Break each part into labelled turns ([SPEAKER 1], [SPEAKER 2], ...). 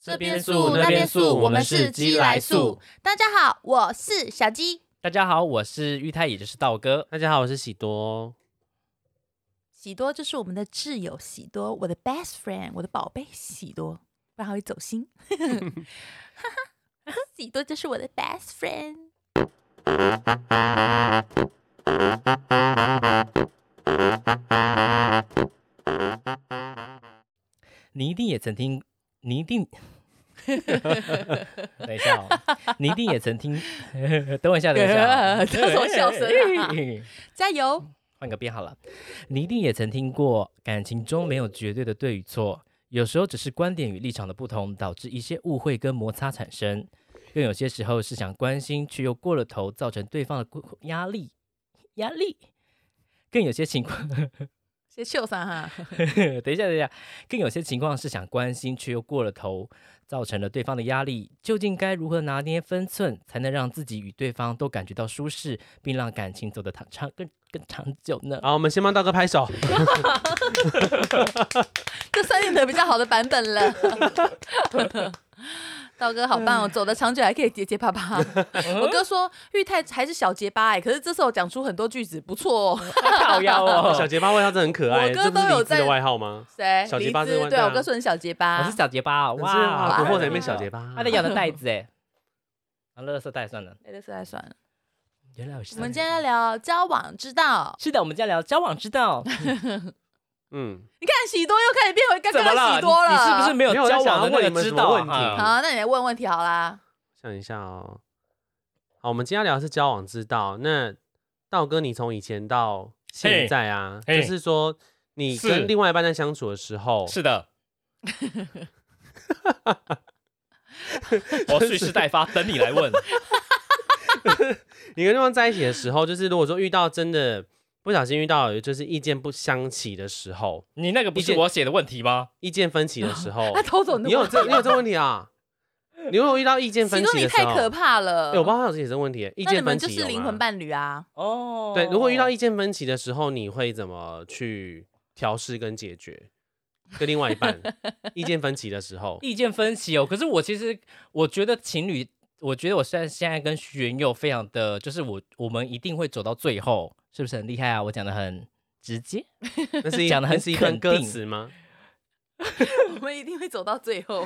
[SPEAKER 1] 这边素那边素我们是鸡来素。
[SPEAKER 2] 大家好，我是小鸡。
[SPEAKER 1] 大家好，我是玉泰，也就是道哥。
[SPEAKER 3] 大家好，我是喜多。
[SPEAKER 2] 喜多就是我们的挚友喜多，我的 best friend，我的宝贝喜多，不然还会走 心。喜多就是我的 best friend。
[SPEAKER 3] 你一定也曾听，你一定， 等一下、哦，你一定也曾听， 等我一下，等我一下、哦，
[SPEAKER 2] 这是我笑声啊 加油！
[SPEAKER 1] 嗯
[SPEAKER 3] 换个编好了。你一定也曾听过，感情中没有绝对的对与错，有时候只是观点与立场的不同，导致一些误会跟摩擦产生。更有些时候是想关心，却又过了头，造成对方的过压力，压力。更有些情况，
[SPEAKER 2] 先秀三 哈，
[SPEAKER 3] 等一下，等一下，更有些情况是想关心，却又过了头，造成了对方的压力。究竟该如何拿捏分寸，才能让自己与对方都感觉到舒适，并让感情走得长长更更长久 呢？
[SPEAKER 1] 好，我们先帮道哥拍手。
[SPEAKER 2] 这算你的比较好的版本 了。道哥好棒哦，走的长久还可以结结巴 巴。我哥说玉泰还是小结巴哎，可是这次我讲出很多句子，不错哦。
[SPEAKER 3] 好腰
[SPEAKER 1] 哦，
[SPEAKER 3] 哦
[SPEAKER 1] 小，结巴外号真的很可
[SPEAKER 2] 我
[SPEAKER 1] 爱，
[SPEAKER 2] 哥
[SPEAKER 1] 这不是
[SPEAKER 2] 都有
[SPEAKER 1] 李子
[SPEAKER 2] 在
[SPEAKER 1] 的外号吗？
[SPEAKER 2] 谁？
[SPEAKER 1] 小结
[SPEAKER 2] 黎
[SPEAKER 1] 巴
[SPEAKER 2] 姿
[SPEAKER 1] 这个
[SPEAKER 2] 对
[SPEAKER 1] 对啊
[SPEAKER 2] 我哥说你小结巴。
[SPEAKER 3] 我是小结巴哦，
[SPEAKER 1] 哇，啊
[SPEAKER 3] 哇，
[SPEAKER 1] 古惑仔里
[SPEAKER 2] 没
[SPEAKER 1] 面小结巴，
[SPEAKER 3] 他在咬的袋子哎，啊，垃圾袋算了。
[SPEAKER 2] 哎，这次还算了。
[SPEAKER 3] 原来我是
[SPEAKER 2] 我们今天要聊交往之道。
[SPEAKER 3] 是的，我们今天聊交往之 道，
[SPEAKER 1] 嗯，
[SPEAKER 2] 你看喜多又开始变回刚刚的喜多
[SPEAKER 3] 你你是不是没有
[SPEAKER 1] 没有我在
[SPEAKER 3] 交
[SPEAKER 1] 想
[SPEAKER 3] 往的
[SPEAKER 1] 要
[SPEAKER 3] 那
[SPEAKER 1] 问你
[SPEAKER 3] 个
[SPEAKER 1] 们
[SPEAKER 3] 之
[SPEAKER 1] 什么
[SPEAKER 3] 道
[SPEAKER 1] 问题
[SPEAKER 3] 啊？
[SPEAKER 2] 好，那你来问问题好啦。
[SPEAKER 1] 想一下哦。好，我们今天要聊的是交往之道。那道哥，你从以前到现在啊，
[SPEAKER 3] 嘿
[SPEAKER 1] 就是说你
[SPEAKER 3] 是
[SPEAKER 1] 跟另外一半在相处的 时候，
[SPEAKER 3] 是的， 我蓄势待发，等你来 问。
[SPEAKER 1] 你跟对方在一起的时候，就是如果说遇到真的不小心遇到有就是意见不相齐的时候，
[SPEAKER 3] 你那个不
[SPEAKER 1] 意
[SPEAKER 3] 是
[SPEAKER 1] 见
[SPEAKER 3] 我写的问题吗？
[SPEAKER 1] 意见分歧的时候，
[SPEAKER 2] 他偷走你
[SPEAKER 1] 哦你
[SPEAKER 2] 的
[SPEAKER 1] 有
[SPEAKER 2] 问题，
[SPEAKER 1] 这你有这问题啊？你如果遇到意见
[SPEAKER 2] 喜
[SPEAKER 1] 分
[SPEAKER 2] 多
[SPEAKER 1] 歧
[SPEAKER 2] 你
[SPEAKER 1] 的时
[SPEAKER 2] 太
[SPEAKER 1] 候，
[SPEAKER 2] 可怕了。
[SPEAKER 1] 哎我不知道他有这些问题，意
[SPEAKER 2] 那你
[SPEAKER 1] 见
[SPEAKER 2] 们
[SPEAKER 1] 分
[SPEAKER 2] 就
[SPEAKER 1] 歧
[SPEAKER 2] 是
[SPEAKER 1] 有
[SPEAKER 2] 灵
[SPEAKER 1] 吗
[SPEAKER 2] 魂伴侣 啊。
[SPEAKER 3] 哦
[SPEAKER 1] 对，如果遇到意见分歧的时候，你会怎么去调试跟解决？跟另外一半意见分歧的时 候，
[SPEAKER 3] 意见分歧哦，可是我其实我觉得情侣，我觉得我现在现在跟徐元佑非常的，就是我我们一定会走到最后，是不是很厉害啊？我讲的很直接，
[SPEAKER 1] 那是一
[SPEAKER 3] 讲得很
[SPEAKER 1] 那是一段
[SPEAKER 3] 肯
[SPEAKER 1] 歌
[SPEAKER 3] 定
[SPEAKER 1] 词吗？
[SPEAKER 2] 我们一定会走到最后。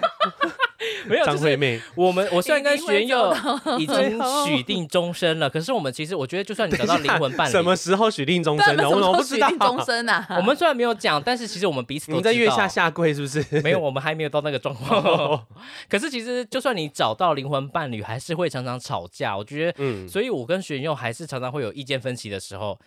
[SPEAKER 3] 没有，就
[SPEAKER 1] 张惠
[SPEAKER 3] 是
[SPEAKER 1] 妹，
[SPEAKER 3] 我们我虽然跟
[SPEAKER 2] 一定
[SPEAKER 3] 徐
[SPEAKER 2] 会
[SPEAKER 3] 元佑
[SPEAKER 2] 走
[SPEAKER 3] 已经许定终身了，可是我们其实我觉得，就算你 找到灵魂伴侣，
[SPEAKER 1] 什么时候许定终
[SPEAKER 2] 对，
[SPEAKER 1] 身
[SPEAKER 2] 你 们
[SPEAKER 1] 的？
[SPEAKER 2] 什么
[SPEAKER 1] 我怎
[SPEAKER 2] 时
[SPEAKER 1] 么
[SPEAKER 2] 候
[SPEAKER 1] 不知
[SPEAKER 2] 许
[SPEAKER 1] 道？
[SPEAKER 2] 定终身啊？
[SPEAKER 3] 我们虽然没有讲，但是其实我们彼此
[SPEAKER 1] 你
[SPEAKER 3] 都
[SPEAKER 1] 们在
[SPEAKER 3] 知
[SPEAKER 1] 月
[SPEAKER 3] 道
[SPEAKER 1] 下下跪是不是？
[SPEAKER 3] 没有，我们还没有到那个状况。可是其实，就算你找到灵魂伴侣，还是会常常吵架。我觉得，
[SPEAKER 1] 嗯，
[SPEAKER 3] 所以我跟学佑还是常常会有意见分歧的时候。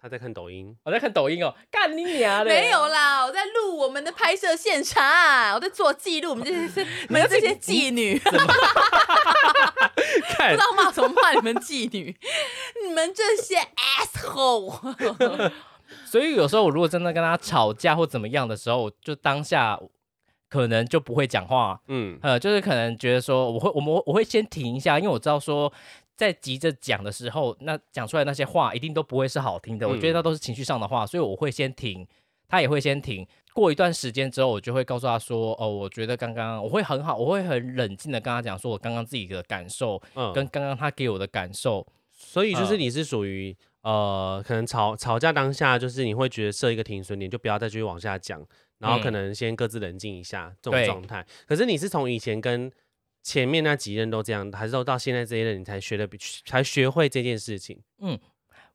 [SPEAKER 1] 他在看抖音。
[SPEAKER 3] 我在看抖音哦，干你娘的！
[SPEAKER 2] 没有啦，我在录我们的拍摄现场，我在做记录，我们这些没有这些妓女，不 知
[SPEAKER 1] 看，
[SPEAKER 2] 道骂什么骂你们妓女，你们这些 asshole，
[SPEAKER 3] 所以有时候我如果真的跟他吵架或怎么样的时候，我就当下可能就不会讲话，
[SPEAKER 1] 嗯，
[SPEAKER 3] 呃，就是可能觉得说我会我们我会先停一下，因为我知道说在急着讲的时候，那讲出来那些话一定都不会是好听的，我觉得那都是情绪上的话，所以我会先停，他也会先停。过一段时间之后，我就会告诉他说，哦，我觉得刚刚我会很好，我会很冷静的跟他讲，说我刚刚自己的感受
[SPEAKER 1] 嗯
[SPEAKER 3] 跟刚刚他给我的感受，
[SPEAKER 1] 所以就是
[SPEAKER 3] 嗯
[SPEAKER 1] 你是属于呃，可能吵吵架当下，就是你会觉得设一个停损点，就不要再继续往下讲，然后可
[SPEAKER 3] 嗯
[SPEAKER 1] 能先各自冷静一下这种
[SPEAKER 3] 对
[SPEAKER 1] 状态。可是你是从以前跟前面那几任都这样，还是说到现在这一任你才学的比才学会这件事情？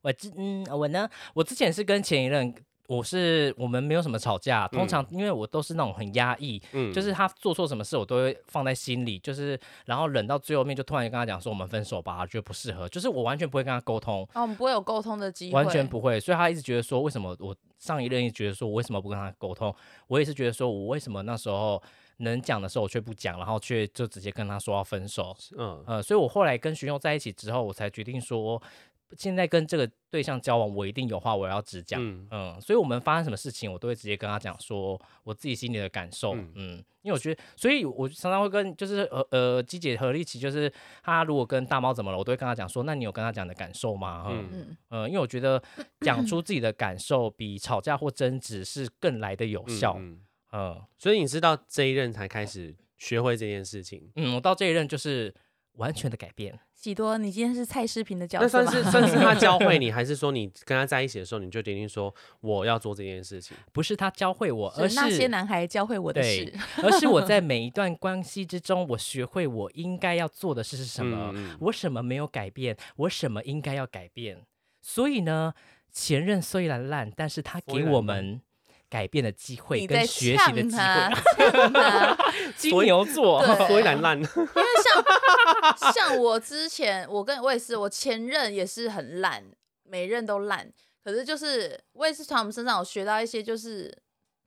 [SPEAKER 3] 我之嗯，我呢，我之前是跟前一任，我是我们没有什么吵架，通常因为我都是那种很压抑，
[SPEAKER 1] 嗯，
[SPEAKER 3] 就是他做错什么事我都会放在心里，就是然后忍到最后面就突然跟他讲说我们分手吧，觉得不适合，就是我完全不会跟他沟通，
[SPEAKER 2] 哦，我们不会有沟通的机会，
[SPEAKER 3] 完全不会，所以他一直觉得说为什么我上一任一直觉得说我为什么不跟他沟通，我也是觉得说我为什么那时候能讲的时候我却不讲，然后却就直接跟他说要分手，
[SPEAKER 1] 嗯
[SPEAKER 3] 呃，所以我后来跟徐佑在一起之后，我才决定说，现在跟这个对象交往，我一定有话我要直讲。嗯
[SPEAKER 1] 嗯
[SPEAKER 3] 所以我们发生什么事情，我都会直接跟他讲说我自己心里的感受。
[SPEAKER 1] 嗯
[SPEAKER 3] 嗯因为我觉得，所以我常常会跟就是呃呃鸡姐何立奇，就是她如果跟大猫怎么了，我都会跟她讲说，那你有跟她讲你的感受吗？嗯。
[SPEAKER 1] 嗯，
[SPEAKER 2] 嗯，
[SPEAKER 3] 呃，因为我觉得讲出自己的感受比吵架或争执是更来的有效。
[SPEAKER 1] 嗯嗯
[SPEAKER 3] 嗯
[SPEAKER 1] 所以你是到这一任才开始学会这件事情，
[SPEAKER 3] 嗯，我到这一任就是完全的改变。
[SPEAKER 2] 喜多，你今天是蔡诗萍的角
[SPEAKER 1] 那
[SPEAKER 2] 色
[SPEAKER 1] 算
[SPEAKER 2] 吗？
[SPEAKER 1] 是算是他教会你，还是说你跟他在一起的时候你就决定说我要做这件事情？
[SPEAKER 3] 不是他教会我，而
[SPEAKER 2] 是那些
[SPEAKER 3] 是
[SPEAKER 2] 男孩教会我的
[SPEAKER 3] 对
[SPEAKER 2] 事，
[SPEAKER 3] 而是我在每一段关系之中，我学会我应该要做的事是什么，
[SPEAKER 1] 嗯嗯
[SPEAKER 3] 我什么没有改变，我什么应该要改变。所以呢，前任虽然烂，但是他
[SPEAKER 1] 虽
[SPEAKER 3] 给
[SPEAKER 1] 然
[SPEAKER 3] 我
[SPEAKER 1] 烂
[SPEAKER 3] 们改变的机会
[SPEAKER 2] 你
[SPEAKER 3] 跟
[SPEAKER 2] 在
[SPEAKER 3] 学习
[SPEAKER 2] 呛
[SPEAKER 3] 的机
[SPEAKER 2] 他，
[SPEAKER 3] 会。
[SPEAKER 2] 呛他。
[SPEAKER 3] 金牛座，
[SPEAKER 2] 对
[SPEAKER 1] 所以懒烂，
[SPEAKER 2] 因为像像我之前，我跟我也是，我前任也是很烂，每任都烂。可是就是我也是从他们身上有学到一些，就是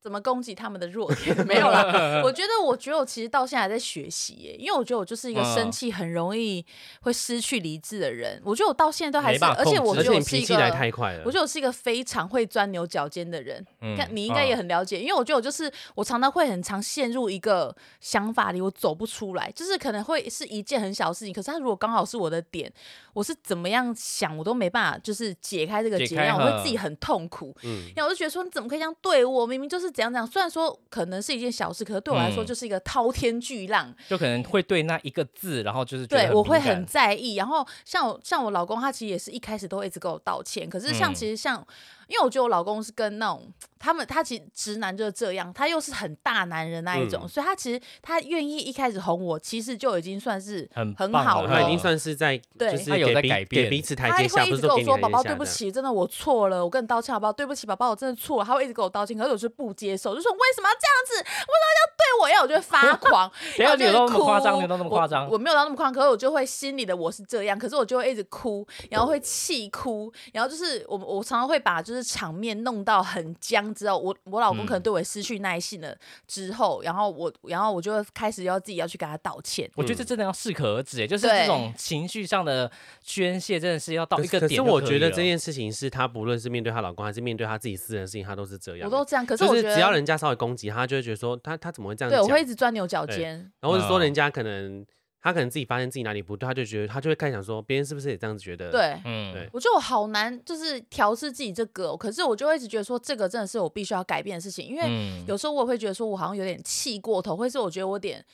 [SPEAKER 2] 怎么攻击他们的弱 点。没有 啦，我觉得我觉得我其实到现在还在学习耶，因为我觉得我就是一个
[SPEAKER 3] 嗯
[SPEAKER 2] 生气很容易会失去理智的人。我觉得我到现在都还
[SPEAKER 3] 没
[SPEAKER 2] 是，
[SPEAKER 3] 办法
[SPEAKER 2] 而且我
[SPEAKER 1] 而
[SPEAKER 2] 觉
[SPEAKER 1] 且
[SPEAKER 2] 得我
[SPEAKER 1] 你
[SPEAKER 2] 是
[SPEAKER 1] 脾
[SPEAKER 2] 一
[SPEAKER 1] 气
[SPEAKER 2] 个，
[SPEAKER 1] 来太快了。
[SPEAKER 2] 我觉得我是一个非常会钻牛角尖的人。
[SPEAKER 3] 嗯
[SPEAKER 2] 看你应该也很了解，因为我觉得我就是我常常会很常陷入一个想法里，我走不出来，就是可能会是一件很小的事情，可是它如果刚好是我的点，我是怎么样想我都没办法，就是解开这个
[SPEAKER 3] 解
[SPEAKER 2] 结
[SPEAKER 3] 开
[SPEAKER 2] 让我
[SPEAKER 3] 了
[SPEAKER 2] 会自己很痛苦。
[SPEAKER 1] 嗯，
[SPEAKER 2] 然后我就觉得说，你怎么可以这样对我？明明就是怎样怎样，虽然说可能是一件小事，可是对我来说
[SPEAKER 3] 嗯
[SPEAKER 2] 就是一个滔天巨浪。
[SPEAKER 3] 就可能会对那一个字，然后就是觉得
[SPEAKER 2] 对，我会
[SPEAKER 3] 敏感
[SPEAKER 2] 很在意。然后像我像我老公，他其实也是一开始都一直跟我道歉。可是像
[SPEAKER 3] 嗯
[SPEAKER 2] 其实像，因为我觉得我老公是跟那种他们他其实直男就是这样，他又是很大男人那一种，
[SPEAKER 1] 嗯
[SPEAKER 2] 所以他其实他愿意一开始哄我，其实就已经算是
[SPEAKER 3] 很
[SPEAKER 2] 很
[SPEAKER 3] 棒啊
[SPEAKER 2] 好
[SPEAKER 3] 了
[SPEAKER 1] 他
[SPEAKER 2] 了。
[SPEAKER 1] 已经算是在
[SPEAKER 2] 对
[SPEAKER 1] 就是
[SPEAKER 3] 他有
[SPEAKER 1] 给
[SPEAKER 3] 在
[SPEAKER 1] 彼
[SPEAKER 3] 改
[SPEAKER 1] 给
[SPEAKER 3] 变
[SPEAKER 1] 彼此台
[SPEAKER 2] 他
[SPEAKER 1] 阶下，
[SPEAKER 2] 会一
[SPEAKER 1] 不是
[SPEAKER 2] 直跟
[SPEAKER 1] 说
[SPEAKER 2] 我
[SPEAKER 1] 给
[SPEAKER 2] 说：“宝
[SPEAKER 1] 你台阶
[SPEAKER 2] 宝，
[SPEAKER 1] 下
[SPEAKER 2] 对不
[SPEAKER 1] 这样
[SPEAKER 2] 起，真的我错了，我跟你道歉，好不好？对不起，宝宝，我真的错了。”他会一直跟我道歉，可是我就不接受，就说：“为什么要这样子？为什么要对我呀？”我就会发 狂，
[SPEAKER 3] 等一下
[SPEAKER 2] 然后
[SPEAKER 3] 你
[SPEAKER 2] 就
[SPEAKER 3] 有到
[SPEAKER 2] 会
[SPEAKER 3] 那
[SPEAKER 2] 哭。
[SPEAKER 3] 么夸张，你有到那么夸
[SPEAKER 2] 我
[SPEAKER 3] 张？
[SPEAKER 2] 我没有到那么夸张，可是我就会心里的我是这样，可是我就会一直哭，然后会气哭，然后就是我我常常会把就是场面弄到很僵之后，我我老公可能对我失去耐性了之后，然后我然后我就会开始要自己要去给他道歉。
[SPEAKER 3] 嗯我觉
[SPEAKER 1] 嗯
[SPEAKER 3] 得这真的要适可而止，哎，就是
[SPEAKER 2] 对
[SPEAKER 3] 这种情绪上的宣泄，真的是要到
[SPEAKER 1] 可
[SPEAKER 3] 一
[SPEAKER 1] 是
[SPEAKER 3] 个
[SPEAKER 1] 可
[SPEAKER 3] 点
[SPEAKER 1] 是
[SPEAKER 3] 就
[SPEAKER 1] 我
[SPEAKER 3] 可
[SPEAKER 1] 觉
[SPEAKER 3] 以
[SPEAKER 1] 得
[SPEAKER 3] 了
[SPEAKER 1] 这件事情是她不论是面对她老公还是面对她自己私人的事情，她都是这样
[SPEAKER 2] 我
[SPEAKER 1] 的。
[SPEAKER 2] 都这样，可是
[SPEAKER 1] 就
[SPEAKER 2] 我
[SPEAKER 1] 是
[SPEAKER 2] 觉得
[SPEAKER 1] 只要人家稍微攻击她，她就会觉得说她她怎么会这样
[SPEAKER 2] 对我
[SPEAKER 1] 讲
[SPEAKER 2] 会一？直钻牛角
[SPEAKER 1] 对
[SPEAKER 2] 尖，
[SPEAKER 1] 然后是说
[SPEAKER 3] 嗯
[SPEAKER 1] 人家可能她可能自己发现自己哪里不对，她就觉得她就会开始想说别人是不是也这样子觉得？，
[SPEAKER 2] 对。
[SPEAKER 3] 嗯
[SPEAKER 1] 对
[SPEAKER 2] 我觉得我好难，就是调试自己这个哦，可是我就会一直觉得说，这个真的是我必须要改变的事情，因为
[SPEAKER 3] 嗯，
[SPEAKER 2] 有时候我也会觉得说，我好像有点气过头，或是我觉得我有点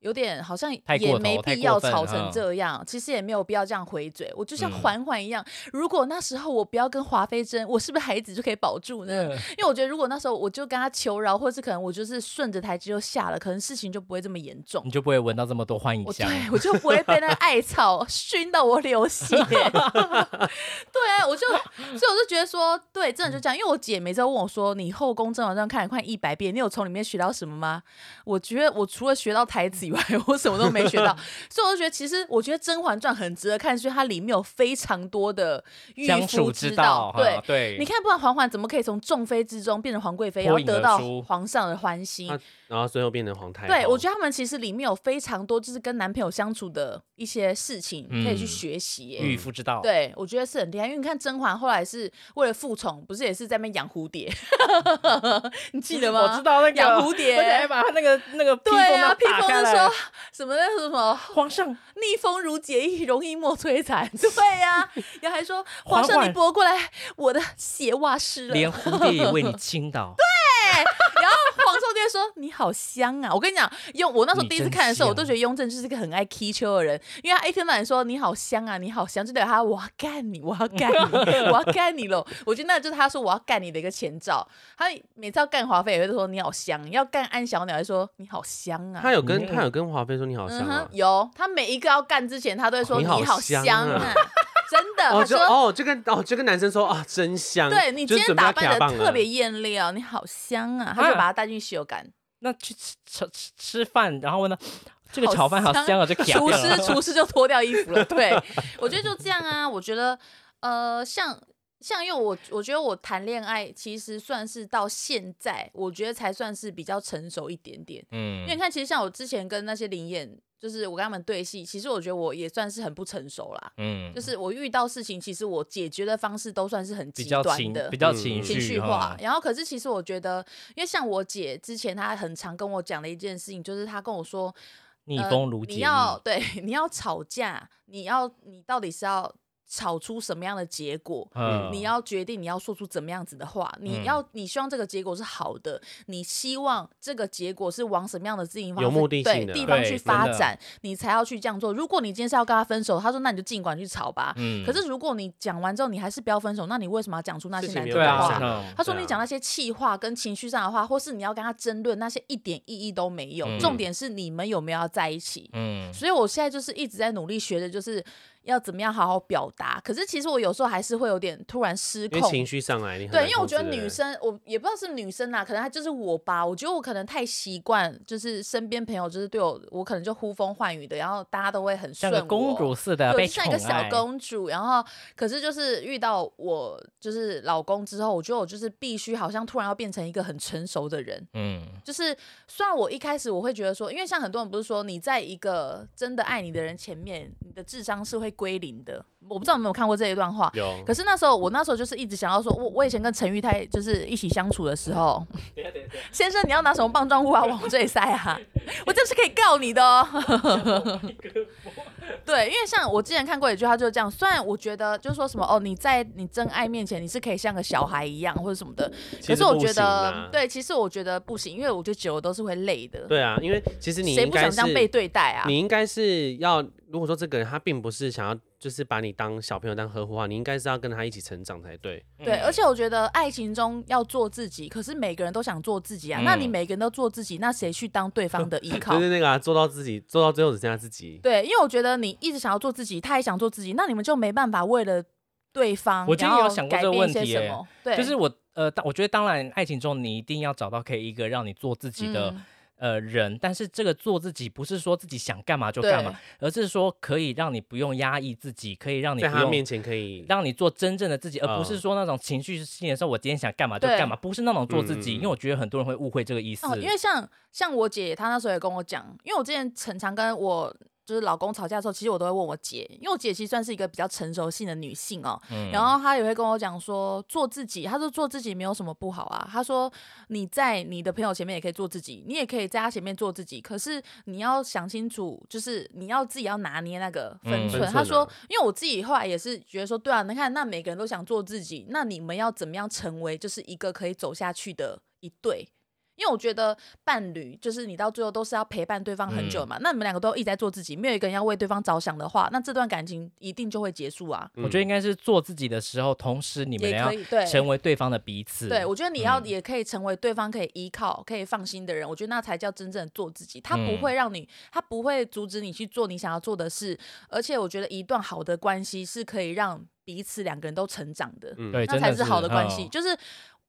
[SPEAKER 2] 有点好像
[SPEAKER 3] 太
[SPEAKER 2] 也
[SPEAKER 3] 过头
[SPEAKER 2] 没
[SPEAKER 3] 太
[SPEAKER 2] 必
[SPEAKER 3] 过
[SPEAKER 2] 要
[SPEAKER 3] 分
[SPEAKER 2] 吵
[SPEAKER 3] 嗯
[SPEAKER 2] 成这样，其实也没有必要这样回嘴，我就像
[SPEAKER 3] 嗯
[SPEAKER 2] 缓缓一样。如果那时候我不要跟华妃争，我是不是孩子就可以保住呢？
[SPEAKER 3] 嗯
[SPEAKER 2] 因为我觉得如果那时候我就跟他求饶，或是可能我就是顺着台阶就下了，可能事情就不会这么严重
[SPEAKER 3] 你。就不会闻到这么多欢迎
[SPEAKER 2] 我对
[SPEAKER 3] 香。
[SPEAKER 2] 我就不会被那个艾草熏到我流血。 对啊，我就所以我就觉得说，对，真的就这样。因为我姐每次都问我说：“你后宫甄嬛传看了快一百遍，你有从里面学到什么吗？”我觉得我除了学到台词以外， 我什么都没学到。所以我就觉得，其实我觉得《甄嬛传》很值得看，所以它里面有非常多的御
[SPEAKER 3] 相
[SPEAKER 2] 夫
[SPEAKER 3] 处
[SPEAKER 2] 之
[SPEAKER 3] 之
[SPEAKER 2] 道。对
[SPEAKER 3] 哈，对，
[SPEAKER 2] 你看，不然嬛嬛怎么可以从众妃之中变成皇贵妃，然
[SPEAKER 3] 脱
[SPEAKER 2] 后
[SPEAKER 3] 颖
[SPEAKER 2] 得
[SPEAKER 3] 而
[SPEAKER 2] 到
[SPEAKER 3] 出
[SPEAKER 2] 皇上的欢心？
[SPEAKER 1] 她然后最后变成皇太后。
[SPEAKER 2] 对，我觉得他们其实里面有非常多就是跟男朋友相处的一些事情可以去
[SPEAKER 3] 嗯
[SPEAKER 2] 学习耶、
[SPEAKER 3] 御夫之道，
[SPEAKER 2] 对，我觉得是很厉害，因为你看甄嬛后来是为了复宠，不是也是在那边养蝴蝶， 你记得吗？
[SPEAKER 3] 我知道那
[SPEAKER 2] 养
[SPEAKER 3] 个，
[SPEAKER 2] 蝴蝶
[SPEAKER 3] 而且，还把他那个那个披风
[SPEAKER 2] 对
[SPEAKER 3] 那
[SPEAKER 2] 啊，披
[SPEAKER 3] 打
[SPEAKER 2] 风
[SPEAKER 3] 开
[SPEAKER 2] 就
[SPEAKER 3] 来
[SPEAKER 2] 说什么那什么
[SPEAKER 3] 皇 上
[SPEAKER 2] 逆风如解意，容易莫摧残。 对呀、然后还说皇上
[SPEAKER 3] 缓缓
[SPEAKER 2] 你拨过来，我的鞋袜湿了。
[SPEAKER 3] 连蝴蝶也为你倾 倒，对，
[SPEAKER 2] 然后黄寿就会说：“你好香啊！”我跟你讲，雍我那时候
[SPEAKER 3] 你
[SPEAKER 2] 第一次
[SPEAKER 3] 真
[SPEAKER 2] 看的时候，我都
[SPEAKER 3] 香
[SPEAKER 2] 觉得雍正就是个很爱 k 秋的人，因为他一天到晚说“你好香啊，你好香”，就等于他我要干你，我要干你，我要干你喽。我觉得那就是他说我要干你的一个前兆。他每次要干华妃也会说“你好香”，要干安小鸟也说“你好香啊
[SPEAKER 1] 她有跟
[SPEAKER 3] 嗯
[SPEAKER 1] 她有跟华妃说你”。好
[SPEAKER 2] 嗯
[SPEAKER 1] 香
[SPEAKER 2] 哼
[SPEAKER 1] 啊，。哦
[SPEAKER 2] 有他每一个要干之前，他都会说“
[SPEAKER 1] 你
[SPEAKER 2] 你
[SPEAKER 1] 好
[SPEAKER 2] 好
[SPEAKER 1] 香
[SPEAKER 2] 香
[SPEAKER 1] 啊
[SPEAKER 2] 啊”，真的。
[SPEAKER 1] 哦，
[SPEAKER 2] 他
[SPEAKER 1] 就
[SPEAKER 2] 说。
[SPEAKER 1] 哦，就跟哦，就跟男生说啊，真香。
[SPEAKER 2] 对你
[SPEAKER 1] 就
[SPEAKER 2] 今天
[SPEAKER 1] 是准备要
[SPEAKER 2] 打扮
[SPEAKER 1] 卡
[SPEAKER 2] 的
[SPEAKER 1] 棒了
[SPEAKER 2] 特别艳丽哦，你好香啊！他就
[SPEAKER 3] 啊
[SPEAKER 2] 把他带进去修改。
[SPEAKER 3] 那去吃吃吃吃饭，然后问他这个
[SPEAKER 2] 好
[SPEAKER 3] 炒饭好
[SPEAKER 2] 香
[SPEAKER 3] 香 啊，就夹
[SPEAKER 2] 厨
[SPEAKER 3] 掉
[SPEAKER 2] 师
[SPEAKER 3] 了
[SPEAKER 2] 厨师就脱掉衣服了。对，我觉得就这样啊。我觉得呃，像像因为我我觉得我谈恋爱其实算是到现在，我觉得才算是比较成熟一点点。因为
[SPEAKER 3] 嗯
[SPEAKER 2] 你看，其实像我之前跟那些灵眼，就是我跟他们对戏，其实我觉得我也算是很不成熟啦。
[SPEAKER 3] 嗯
[SPEAKER 2] 就，是我遇到事情，其实我解决的方式都算是很
[SPEAKER 3] 比
[SPEAKER 2] 极
[SPEAKER 3] 较
[SPEAKER 2] 端
[SPEAKER 3] 情
[SPEAKER 2] 的，
[SPEAKER 3] 比较
[SPEAKER 1] 嗯
[SPEAKER 3] 情
[SPEAKER 2] 情绪
[SPEAKER 3] 绪
[SPEAKER 2] 化
[SPEAKER 3] 哈。，
[SPEAKER 2] 然后可是其实我觉得，因为像我姐之前她很常跟我讲的一件事情，就是她跟我说，
[SPEAKER 3] 逆
[SPEAKER 2] 呃
[SPEAKER 3] 风如解
[SPEAKER 2] 你
[SPEAKER 3] 意
[SPEAKER 2] 要对，你要吵架，你要你到底是要吵出什么样的结果。
[SPEAKER 3] 嗯
[SPEAKER 2] 你要决定你要说出怎么样子的话，你要你希望这个结果是好的，你希望这个结果是往什么样的自己方
[SPEAKER 1] 有目的性
[SPEAKER 2] 对
[SPEAKER 1] 的
[SPEAKER 2] 地方
[SPEAKER 3] 对
[SPEAKER 2] 去
[SPEAKER 3] 真
[SPEAKER 2] 发
[SPEAKER 3] 的
[SPEAKER 2] 展，你才要去这样做。如果你今天是要跟他分手，他说那你就尽管去吵吧。
[SPEAKER 3] 嗯
[SPEAKER 2] 可是如果你讲完之后你还是不要分手，那你为什么要讲出那
[SPEAKER 1] 事
[SPEAKER 2] 些
[SPEAKER 1] 情
[SPEAKER 2] 难
[SPEAKER 1] 没
[SPEAKER 2] 听的
[SPEAKER 1] 有
[SPEAKER 3] 对
[SPEAKER 1] 改
[SPEAKER 3] 啊
[SPEAKER 2] 话
[SPEAKER 1] 善？啊
[SPEAKER 3] 嗯
[SPEAKER 2] 他说
[SPEAKER 1] 对
[SPEAKER 2] 你
[SPEAKER 1] 啊
[SPEAKER 2] 讲那些气话跟情绪上的话，或是你要跟他争论，那些一点意义都没有。
[SPEAKER 3] 嗯
[SPEAKER 2] 重点是你们有没有要在一起。
[SPEAKER 3] 嗯
[SPEAKER 2] 所以我现在就是一直在努力学的，就是要怎么样好好表达。可是其实我有时候还是会有点突然失
[SPEAKER 1] 因为情
[SPEAKER 2] 控。
[SPEAKER 1] 绪上来，你很
[SPEAKER 2] 对，
[SPEAKER 1] 难
[SPEAKER 2] 因为我
[SPEAKER 1] 控
[SPEAKER 2] 觉得
[SPEAKER 1] 制
[SPEAKER 2] 女
[SPEAKER 1] 人
[SPEAKER 2] 生，我也不知道是女生啊啦，可能她就是我吧。我觉得我可能太习惯，就是身边朋友就是对我，我可能就呼风唤雨的，然后大家都会很
[SPEAKER 3] 像
[SPEAKER 2] 顺我。
[SPEAKER 3] 个公主似的
[SPEAKER 2] 对，
[SPEAKER 3] 被
[SPEAKER 2] 就像一个
[SPEAKER 3] 宠
[SPEAKER 2] 小
[SPEAKER 3] 爱
[SPEAKER 2] 公主。然后，可是就是遇到我就是老公之后，我觉得我就是必须好像突然要变成一个很成熟的人。
[SPEAKER 3] 嗯
[SPEAKER 2] 就是虽然我一开始我会觉得说，因为像很多人不是说你在一个真的爱你的人前面，你的智商是会归零的。我不知道你有没有看过这一段话。
[SPEAKER 1] 有
[SPEAKER 2] 可是那时候，我那时候就是一直想要说，我我以前跟陈玉泰就是一起相处的时候，先生，你要拿什么棒状物啊往这里塞 啊？我这是可以告你的哦。对，因为像我之前看过有句话就是这样，虽然我觉得就是说什么哦，你在你真爱面前你是可以像个小孩一样或者什么的，
[SPEAKER 1] 其
[SPEAKER 2] 可
[SPEAKER 1] 实
[SPEAKER 2] 是我
[SPEAKER 1] 不
[SPEAKER 2] 觉
[SPEAKER 1] 行
[SPEAKER 2] 得
[SPEAKER 1] 啦
[SPEAKER 2] 对，其实我觉得不行，因为我觉得久了都是会累的。
[SPEAKER 1] 对啊，因为其实你
[SPEAKER 2] 谁
[SPEAKER 1] 应
[SPEAKER 2] 不
[SPEAKER 1] 该
[SPEAKER 2] 想
[SPEAKER 1] 是
[SPEAKER 2] 这样被对待啊？
[SPEAKER 1] 你应该是要，如果说这个人他并不是想要就是把你当小朋友当呵护的话，你应该是要跟他一起成长才对。
[SPEAKER 3] 嗯
[SPEAKER 2] 对，而且我觉得爱情中要做自己，可是每个人都想做自己啊。那你
[SPEAKER 3] 嗯
[SPEAKER 2] 每个人都做自己，那谁去当对方的依 靠
[SPEAKER 1] 就？是那个、啊、做到自己，做到最后只剩下自己。
[SPEAKER 2] 对，因为我觉得你一直想要做自己，他也想做自己，那你们就没办法为了对方，
[SPEAKER 3] 我今天
[SPEAKER 2] 然后
[SPEAKER 3] 有想过
[SPEAKER 2] 改
[SPEAKER 3] 这个
[SPEAKER 2] 变一
[SPEAKER 3] 问
[SPEAKER 2] 些
[SPEAKER 3] 题
[SPEAKER 2] 什
[SPEAKER 3] 耶
[SPEAKER 2] 么？对，
[SPEAKER 3] 就是我呃，当我觉得当然，爱情中你一定要找到可以一个让你做自己的、
[SPEAKER 2] 嗯
[SPEAKER 3] 呃人，但是这个做自己不是说自己想干嘛就干嘛，而是说可以让你不用压抑自己，可以让你
[SPEAKER 1] 在
[SPEAKER 3] 不
[SPEAKER 1] 他面
[SPEAKER 3] 用。
[SPEAKER 1] 前可以，
[SPEAKER 3] 让你做真正的自己，而不是
[SPEAKER 1] 嗯
[SPEAKER 3] 说那种情绪性的时候，我今天想干嘛就干嘛，不是那种做自己，
[SPEAKER 1] 嗯嗯嗯
[SPEAKER 3] 因为我觉得很多人会误会这个意思。
[SPEAKER 2] 哦，因为像像我姐，她那时候也跟我讲，因为我之前常常跟我就是老公吵架的时候，其实我都会问我姐，因为我姐其实算是一个比较成熟性的女性哦，
[SPEAKER 3] 嗯
[SPEAKER 2] 然后她也会跟我讲说做自己，她说做自己没有什么不好啊，她说你在你的朋友前面也可以做自己，你也可以在他前面做自己，可是你要想清楚，就是你要自己要拿捏那个分
[SPEAKER 3] 嗯
[SPEAKER 2] 寸。
[SPEAKER 1] 分
[SPEAKER 2] 她
[SPEAKER 1] 寸
[SPEAKER 2] 说
[SPEAKER 1] 啊，
[SPEAKER 2] 因为我自己后来也是觉得说，对啊，你看那每个人都想做自己，那你们要怎么样成为就是一个可以走下去的一对？因为我觉得伴侣就是你到最后都是要陪伴对方很
[SPEAKER 3] 嗯
[SPEAKER 2] 久嘛，那你们两个都一直在做自己，没有一个人要为对方着想的话，那这段感情一定就会结束啊。
[SPEAKER 1] 嗯
[SPEAKER 3] 我觉得应该是做自己的时候，同时你们
[SPEAKER 2] 也
[SPEAKER 3] 要嗯
[SPEAKER 2] 可以对
[SPEAKER 3] 成为对方的彼此。
[SPEAKER 2] 对，我觉得你要也可以成为对方可以依靠、可以放心的人，我觉得那才叫真正的做自己。他不
[SPEAKER 3] 嗯
[SPEAKER 2] 会让你，他不会阻止你去做你想要做的事，而且我觉得一段好的关系是可以让彼此两个人都成长的，
[SPEAKER 1] 嗯
[SPEAKER 3] 对，
[SPEAKER 2] 那
[SPEAKER 3] 真
[SPEAKER 2] 才
[SPEAKER 3] 的
[SPEAKER 2] 是好的关系。
[SPEAKER 3] 嗯
[SPEAKER 2] 就是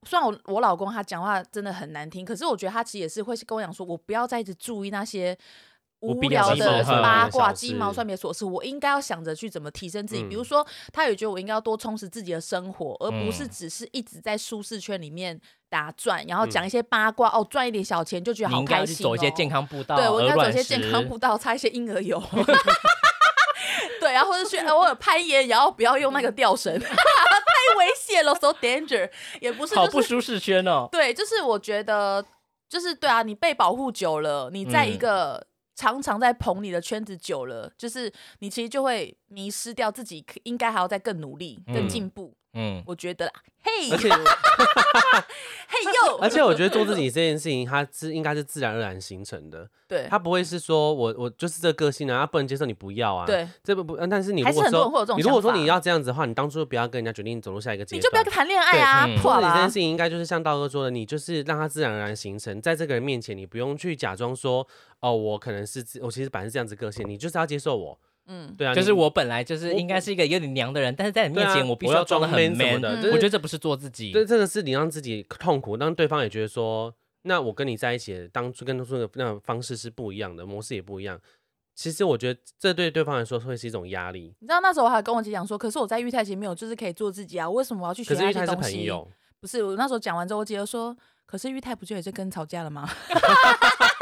[SPEAKER 2] 虽然我我老公他讲话真的很难听，可是我觉得他其实也是会跟我讲说，我不要再一直注意那些。无
[SPEAKER 3] 无必要
[SPEAKER 2] 聊的
[SPEAKER 3] 的小事
[SPEAKER 2] 八
[SPEAKER 1] 嗯
[SPEAKER 2] 卦、
[SPEAKER 1] 小
[SPEAKER 2] 鸡毛
[SPEAKER 1] 事
[SPEAKER 2] 蒜皮的琐事，我应该要想着去怎么提升自己。比如
[SPEAKER 1] 嗯
[SPEAKER 2] 说，他也觉得我应该要多充实自己的生活，而不是
[SPEAKER 3] 嗯
[SPEAKER 2] 只是一直在舒适圈里面打转，然后讲
[SPEAKER 1] 嗯
[SPEAKER 2] 一些八卦哦，赚一点小钱就觉得
[SPEAKER 3] 你
[SPEAKER 2] 好
[SPEAKER 3] 应该
[SPEAKER 2] 开
[SPEAKER 3] 要去
[SPEAKER 2] 心、哦。
[SPEAKER 3] 走一些健康步道，
[SPEAKER 2] 对我应该
[SPEAKER 3] 鹅
[SPEAKER 2] 走
[SPEAKER 3] 卵
[SPEAKER 2] 一些健康
[SPEAKER 3] 石
[SPEAKER 2] 步道，擦一些婴儿油。 对，然后或者去偶尔攀岩，然后不要用那个吊绳， 太危险了，so danger。也不是，
[SPEAKER 3] 好
[SPEAKER 2] 就
[SPEAKER 3] 不
[SPEAKER 2] 是
[SPEAKER 3] 舒适圈哦。
[SPEAKER 2] 对，就是我觉得，就是对啊，你被保护久了，你在
[SPEAKER 3] 嗯
[SPEAKER 2] 一个常常在捧你的圈子久了，就是你其实就会迷失掉自己可，应该还要再更努力、更
[SPEAKER 3] 嗯
[SPEAKER 2] 进步。
[SPEAKER 3] 嗯，
[SPEAKER 2] 我觉得啦，嘿
[SPEAKER 1] 而且
[SPEAKER 2] 嘿哟，
[SPEAKER 1] 而且我觉得做自己这件事情，它是应该是自然而然形成的，
[SPEAKER 2] 对
[SPEAKER 1] 它不会是说我我就是这个个性啊，他不能接受你不要啊。，
[SPEAKER 2] 对，
[SPEAKER 1] 这不不，但是你
[SPEAKER 2] 还
[SPEAKER 1] 如
[SPEAKER 2] 是
[SPEAKER 1] 果
[SPEAKER 2] 很多人会有
[SPEAKER 1] 说
[SPEAKER 2] 这种
[SPEAKER 1] 你如果
[SPEAKER 2] 想
[SPEAKER 1] 说
[SPEAKER 2] 法
[SPEAKER 1] 你要这样子的话，你当初就不要跟人家决定走入下一个阶
[SPEAKER 2] 你
[SPEAKER 1] 段，
[SPEAKER 2] 就不要谈恋爱啊，
[SPEAKER 3] 对嗯
[SPEAKER 2] 破
[SPEAKER 1] 做你这
[SPEAKER 2] 啦
[SPEAKER 1] 件事。情应该就是像道哥说的，你就是让它自然而然形成，在这个人面前，你不用去假装说，哦，我可能是自我其实本来是这样子个性，你就是要接受我，
[SPEAKER 2] 嗯，
[SPEAKER 1] 对啊，
[SPEAKER 3] 就是
[SPEAKER 1] 你
[SPEAKER 3] 我本来就是
[SPEAKER 1] 我
[SPEAKER 3] 应该是一个有点娘的人，但是在你面
[SPEAKER 1] 对啊
[SPEAKER 3] 前我必须
[SPEAKER 1] 我要
[SPEAKER 3] 装的
[SPEAKER 1] 装
[SPEAKER 3] 很
[SPEAKER 1] man 什么的
[SPEAKER 2] 就是
[SPEAKER 3] 我觉得这不是做自己。
[SPEAKER 1] 对，这个是你让自己痛苦，让对方也觉得说，那我跟你在一起，当初跟当初的那种方式是不一样的，模式也不一样。其实我觉得这对对方来说会是一种压力。
[SPEAKER 2] 你知道那时候我还跟我姐讲说，可是我在玉泰前面，我就是可以做自己啊，为什么我要去学
[SPEAKER 1] 可是
[SPEAKER 2] 那
[SPEAKER 1] 因为
[SPEAKER 2] 些
[SPEAKER 1] 他是
[SPEAKER 2] 东
[SPEAKER 1] 朋
[SPEAKER 2] 西？
[SPEAKER 1] 友，
[SPEAKER 2] 不是，我那时候讲完之后，我姐就说，可是玉泰不就也是跟你吵架了吗？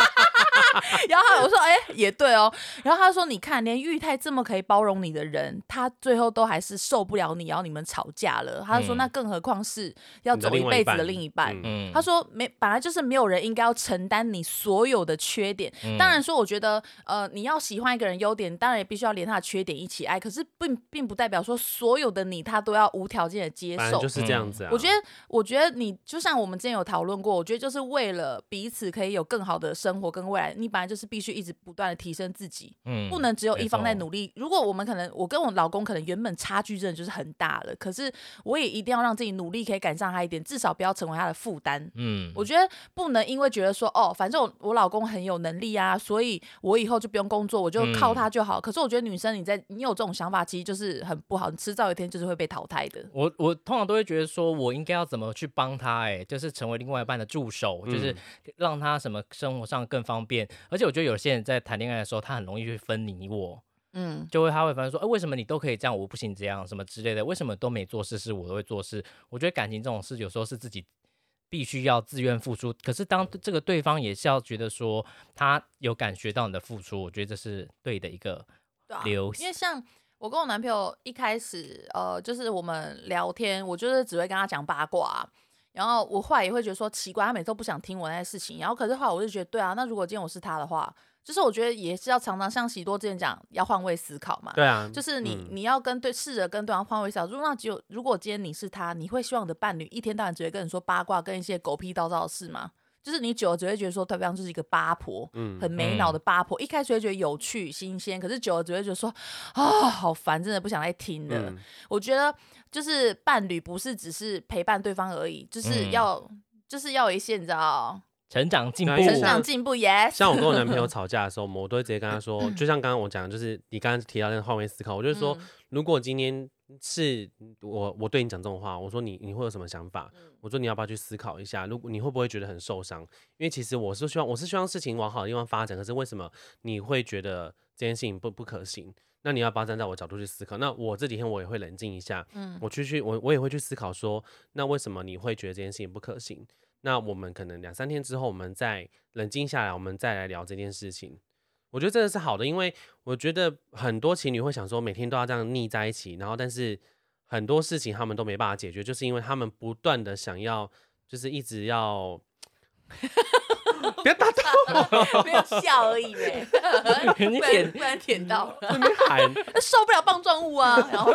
[SPEAKER 2] 然后他我说，哎、也对哦。然后他说，你看，连玉泰这么可以包容你的人，他最后都还是受不了你，然后你们吵架了。他就说，
[SPEAKER 3] 嗯
[SPEAKER 2] 那更何况是要
[SPEAKER 1] 你的
[SPEAKER 2] 走一
[SPEAKER 1] 另外
[SPEAKER 2] 辈
[SPEAKER 1] 一
[SPEAKER 2] 子的
[SPEAKER 1] 半
[SPEAKER 2] 另一半。
[SPEAKER 1] 嗯
[SPEAKER 3] 嗯，
[SPEAKER 2] 他说没，本来就是没有人应该要承担你所有的缺点。
[SPEAKER 1] 嗯
[SPEAKER 2] 当然说，我觉得呃，你要喜欢一个人优点，当然也必须要连他的缺点一起爱。可是并并不代表说所有的你他都要无条件的接
[SPEAKER 1] 反
[SPEAKER 2] 受嗯
[SPEAKER 1] 正就。是这样子啊。
[SPEAKER 2] 我觉得，我觉得你就像我们之前有讨论过，我觉得就是为了彼此可以有更好的生活跟未来，你本来就是必须一直不断的提升自己，
[SPEAKER 3] 嗯
[SPEAKER 2] 不能只有
[SPEAKER 3] 没
[SPEAKER 2] 一方在
[SPEAKER 3] 错
[SPEAKER 2] 努力。如果我们可能，我跟我老公可能原本差距真的就是很大了，可是我也一定要让自己努力可以赶上他一点，至少不要成为他的负担。
[SPEAKER 3] 嗯，
[SPEAKER 2] 我觉得不能因为觉得说哦，反正我我老公很有能力啊，所以我以后就不用工作，我就靠他就好。可是我觉得女生你在你有这种想法，其实就是很不好，你迟早有一天就是会被淘汰的。
[SPEAKER 3] 我我通常都会觉得说，我应该要怎么去帮他、哎，就是成为另外一半的助手，就是
[SPEAKER 1] 嗯
[SPEAKER 3] 让他什么生活上更方便。而且我觉得有些人在谈恋爱的时候，他很容易去分你我，
[SPEAKER 2] 嗯，
[SPEAKER 3] 就会他会发现说，哎、为什么你都可以这样，我不行这样，什么之类的，为什么都没做事是我都会做事？我觉得感情这种事有时候是自己必须要自愿付出，可是当
[SPEAKER 1] 嗯
[SPEAKER 3] 这个对方也是要觉得说他有感觉到你的付出，我觉得这是对的一个
[SPEAKER 2] 对啊，
[SPEAKER 3] 流
[SPEAKER 2] 因为像我跟我男朋友一开始，呃，就是我们聊天，我就是只会跟他讲八卦啊、然后我后来也会觉得说奇怪，他每次都不想听我那些事情。然后可是后来我就觉得，对啊，那如果今天我是他的话，就是我觉得也是要常常像喜多之前讲，要换位思考嘛。
[SPEAKER 1] 对啊，
[SPEAKER 2] 就是你、
[SPEAKER 1] 嗯
[SPEAKER 2] 你要跟对试着跟对方换位思考。如果那只有如果今天你是他，你会希望你的伴侣一天到晚只会跟你说八卦跟一些狗屁叨叨的事吗？就是你久了只会觉得说对方就是一个八婆，
[SPEAKER 1] 嗯
[SPEAKER 2] 很没脑的八婆。一开始会觉得有趣新鲜，可是久了只会觉得说啊、好烦，真的不想再听了。
[SPEAKER 1] 嗯
[SPEAKER 2] 我觉得就是伴侣不是只是陪伴对方而已，就是
[SPEAKER 3] 嗯
[SPEAKER 2] 要、就是要有一些你知道
[SPEAKER 3] 成长进步
[SPEAKER 1] 对啊，因为
[SPEAKER 2] 成
[SPEAKER 1] 像
[SPEAKER 2] 长进步 yes。
[SPEAKER 1] 像我跟我男朋友吵架的时候，我都会直 接跟他说，就像刚刚我讲的，就是你刚刚提到那个换位思考，我就说，
[SPEAKER 2] 嗯
[SPEAKER 1] 如果今天是我我对你讲这种话，我说你你会有什么想法？
[SPEAKER 2] 嗯
[SPEAKER 1] 我说你要不要去思考一下，如果你会不会觉得很受伤？因为其实我是希望我是希望事情往好的地方发展，可是为什么你会觉得这件事情不不可行？那你要不要站在我角度去思考？那我这几天我也会冷静一下，
[SPEAKER 2] 嗯
[SPEAKER 1] 我去去我我也会去思考说，那为什么你会觉得这件事情不可行？那我们可能两三天之后，我们再冷静下来，我们再来聊这件事情。我觉得真的是好的，因为我觉得很多情侣会想说每天都要这样腻在一起，然后但是很多事情他们都没办法解决，就是因为他们不断的想要，就是一直要。 不要打断
[SPEAKER 2] 没有笑而已 呗，
[SPEAKER 3] 你
[SPEAKER 2] 不然
[SPEAKER 3] 点
[SPEAKER 2] 不然舔到了。
[SPEAKER 1] 我，那边喊，
[SPEAKER 2] 受不了棒状物啊，然 后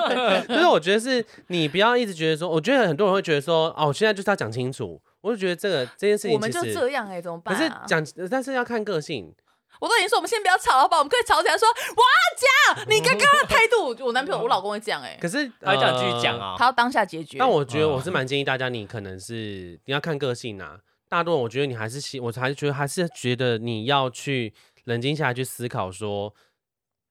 [SPEAKER 1] 就是我觉得是你不要一直觉得说，我觉得很多人会觉得说，哦，我现在就是要讲清楚。我就觉得这个这件事情，
[SPEAKER 2] 我们就这样哎、怎么
[SPEAKER 1] 可
[SPEAKER 2] 办、
[SPEAKER 1] 是
[SPEAKER 2] 啊？
[SPEAKER 1] 讲，但是要看个性。
[SPEAKER 2] 我都已经说我们先不要吵，好不好？我们可以吵起来说我要讲，你刚刚的态度，我男朋友我老公会这样哎、
[SPEAKER 1] 可是
[SPEAKER 3] 他会叫你继续讲，啊嗯
[SPEAKER 2] 他。要当下解决。
[SPEAKER 1] 呃但我觉得我是蛮建议大家，你可能是你要看个性啊。大多人我觉得你还是希，我还是觉得还是觉得你要去冷静下来去思考说，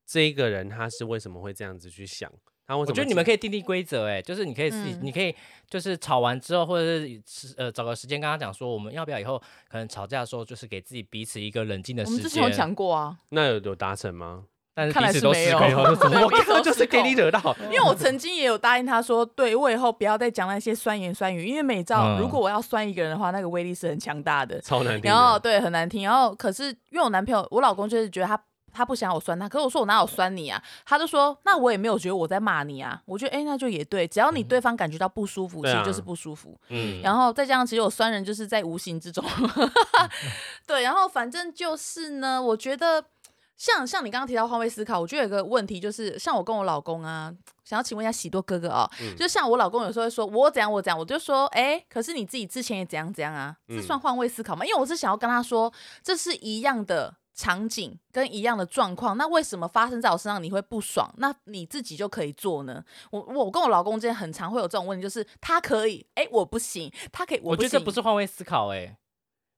[SPEAKER 1] 这一个人他是为什么会这样子去想，他为
[SPEAKER 3] 我
[SPEAKER 1] 什么？
[SPEAKER 3] 觉得你们可以订立规则，哎，就是你可以自己，
[SPEAKER 2] 嗯
[SPEAKER 3] 你可以就是吵完之后，或者是呃找个时间跟他讲说，我们要不要以后可能吵架的时候，就是给自己彼此一个冷静的
[SPEAKER 2] 我们
[SPEAKER 3] 时
[SPEAKER 2] 之前有
[SPEAKER 3] 间。
[SPEAKER 2] 讲过啊，
[SPEAKER 1] 那有有达 成吗？
[SPEAKER 3] 但是
[SPEAKER 2] 看
[SPEAKER 3] 彼
[SPEAKER 2] 来
[SPEAKER 3] 此
[SPEAKER 2] 是
[SPEAKER 3] 都
[SPEAKER 2] 没
[SPEAKER 3] 失
[SPEAKER 2] 有
[SPEAKER 3] 控了，怎么
[SPEAKER 2] 对
[SPEAKER 1] 我
[SPEAKER 2] 彼此
[SPEAKER 1] 刚
[SPEAKER 2] 都
[SPEAKER 1] 刚就是
[SPEAKER 2] 失
[SPEAKER 1] 给你
[SPEAKER 2] 控
[SPEAKER 1] 惹到，
[SPEAKER 2] 因为我曾经也有答应他说，对我以后不要再讲那些酸言酸语，因为每招、
[SPEAKER 3] 嗯
[SPEAKER 2] 如果我要酸一个人的话，那个威力是很强大的。
[SPEAKER 1] 超难听
[SPEAKER 2] 然后
[SPEAKER 1] 的。
[SPEAKER 2] 对很难听，然后可是因为我男朋友，我老公就是觉得他他不想我酸他，可是我说我哪有酸你啊？他就说那我也没有觉得我在骂你啊，我觉得哎、诶那就也对，只要你对方感觉到不舒服，
[SPEAKER 1] 对
[SPEAKER 2] 其
[SPEAKER 1] 啊
[SPEAKER 2] 实就是不舒服。
[SPEAKER 1] 嗯，
[SPEAKER 2] 然后再加上其实我酸人就是在无形之中， 对，然后反正就是呢，我觉得。像像你刚刚提到换位思考，我觉得有个问题就是，像我跟我老公啊，想要请问一下喜多哥哥哦，
[SPEAKER 3] 嗯
[SPEAKER 2] 就像我老公有时候会说我怎样我怎样，我就说哎、可是你自己之前也怎样怎样啊，这
[SPEAKER 1] 嗯
[SPEAKER 2] 算换位思考吗？因为我是想要跟他说，这是一样的场景跟一样的状况，那为什么发生在我身上你会不爽？那你自己就可以做呢？我我跟我老公之间很常会有这种问题，就是他可以，哎、我不行，他可以，
[SPEAKER 3] 我
[SPEAKER 2] 不
[SPEAKER 3] 觉得
[SPEAKER 2] 行。
[SPEAKER 3] 这不是换位思考，哎，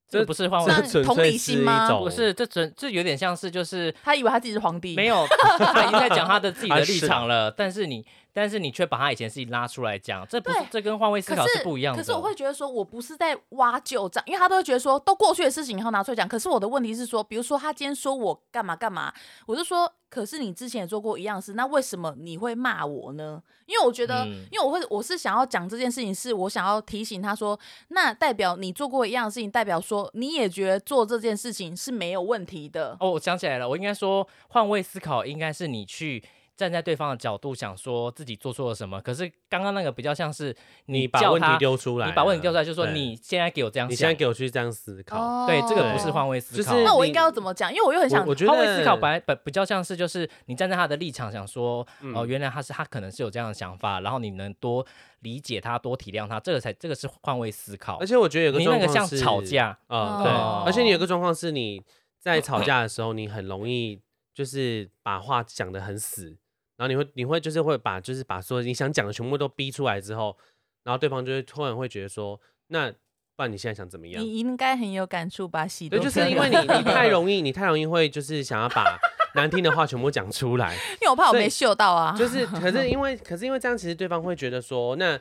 [SPEAKER 3] 这
[SPEAKER 1] 这
[SPEAKER 3] 不是换位
[SPEAKER 2] 这
[SPEAKER 3] 思
[SPEAKER 2] 样
[SPEAKER 3] 考，
[SPEAKER 1] 纯
[SPEAKER 2] 同
[SPEAKER 1] 粹
[SPEAKER 2] 理心
[SPEAKER 1] 是一
[SPEAKER 2] 吗
[SPEAKER 1] 种
[SPEAKER 3] 不是这准这有点像是就是
[SPEAKER 2] 他以为他自己是皇帝，
[SPEAKER 3] 没有，他已经在讲他的自己的
[SPEAKER 1] 啊
[SPEAKER 3] 立
[SPEAKER 1] 是
[SPEAKER 3] 场了，但是你但是你却把他以前的事情拉出来讲，这不是
[SPEAKER 2] 对
[SPEAKER 3] 这跟换位思考
[SPEAKER 2] 可是
[SPEAKER 3] 是不一样的。
[SPEAKER 2] 可是我会觉得说，我不是在挖旧账，因为他都会觉得说，都过去的事情然后拿出来讲。可是我的问题是说，比如说他今天说我干嘛干嘛，我就说，可是你之前也做过一样事，那为什么你会骂我呢？因为我觉得，
[SPEAKER 3] 嗯
[SPEAKER 2] 因为我会我是想要讲这件事情，是我想要提醒他说，那代表你做过一样的事情，代表说你也觉得做这件事情是没有问题的。
[SPEAKER 3] 哦，我想起来了，我应该说换位思考应该是你去站在对方的角度想说自己做错了什么，可是刚刚那个比较像是
[SPEAKER 1] 你
[SPEAKER 3] 叫
[SPEAKER 1] 把问题
[SPEAKER 3] 他
[SPEAKER 1] 丢出来了，啊
[SPEAKER 3] 你把问题丢出来，就说
[SPEAKER 1] 对
[SPEAKER 3] 你现在给我这样想，
[SPEAKER 1] 你现在给我去这样思考，
[SPEAKER 3] 哦对这个不是
[SPEAKER 2] 对
[SPEAKER 3] 换位思
[SPEAKER 1] 就
[SPEAKER 3] 考，
[SPEAKER 1] 是
[SPEAKER 2] 那我
[SPEAKER 1] 你
[SPEAKER 2] 应该要怎么讲？因为我又很
[SPEAKER 1] 我
[SPEAKER 2] 哦想
[SPEAKER 1] 我觉得
[SPEAKER 3] 换位思考本来本比较像是就是你站在他的立场想说，哦、
[SPEAKER 1] 嗯
[SPEAKER 3] 原来他是他可能是有这样的想法，然后你能多理解他，多体谅他，这个才这个是换位思考
[SPEAKER 1] 而。且我觉得有个
[SPEAKER 3] 你
[SPEAKER 1] 状
[SPEAKER 3] 那个
[SPEAKER 1] 况
[SPEAKER 3] 像
[SPEAKER 1] 是
[SPEAKER 3] 吵架，
[SPEAKER 1] 啊、
[SPEAKER 3] 哦
[SPEAKER 1] 对，而且你有个状况是你在吵架的时候，你很容易就是把话讲得很死，然后你会你会就是会把就是把所有你想讲的全部都逼出来之后，然后对方就会突然会觉得说，那不然你现在想怎么样？
[SPEAKER 2] 你应该很有感触吧，喜
[SPEAKER 1] 对，
[SPEAKER 2] 多
[SPEAKER 1] 就是
[SPEAKER 2] 哥
[SPEAKER 1] 因
[SPEAKER 2] 哥
[SPEAKER 1] 为你你太容易，你太容易会就是想要把难听的话全部讲出来，
[SPEAKER 2] 因为我怕我
[SPEAKER 1] 所以
[SPEAKER 2] 没嗅到啊，
[SPEAKER 1] 就是可是因为可是因为这样，其实对方会觉得说，那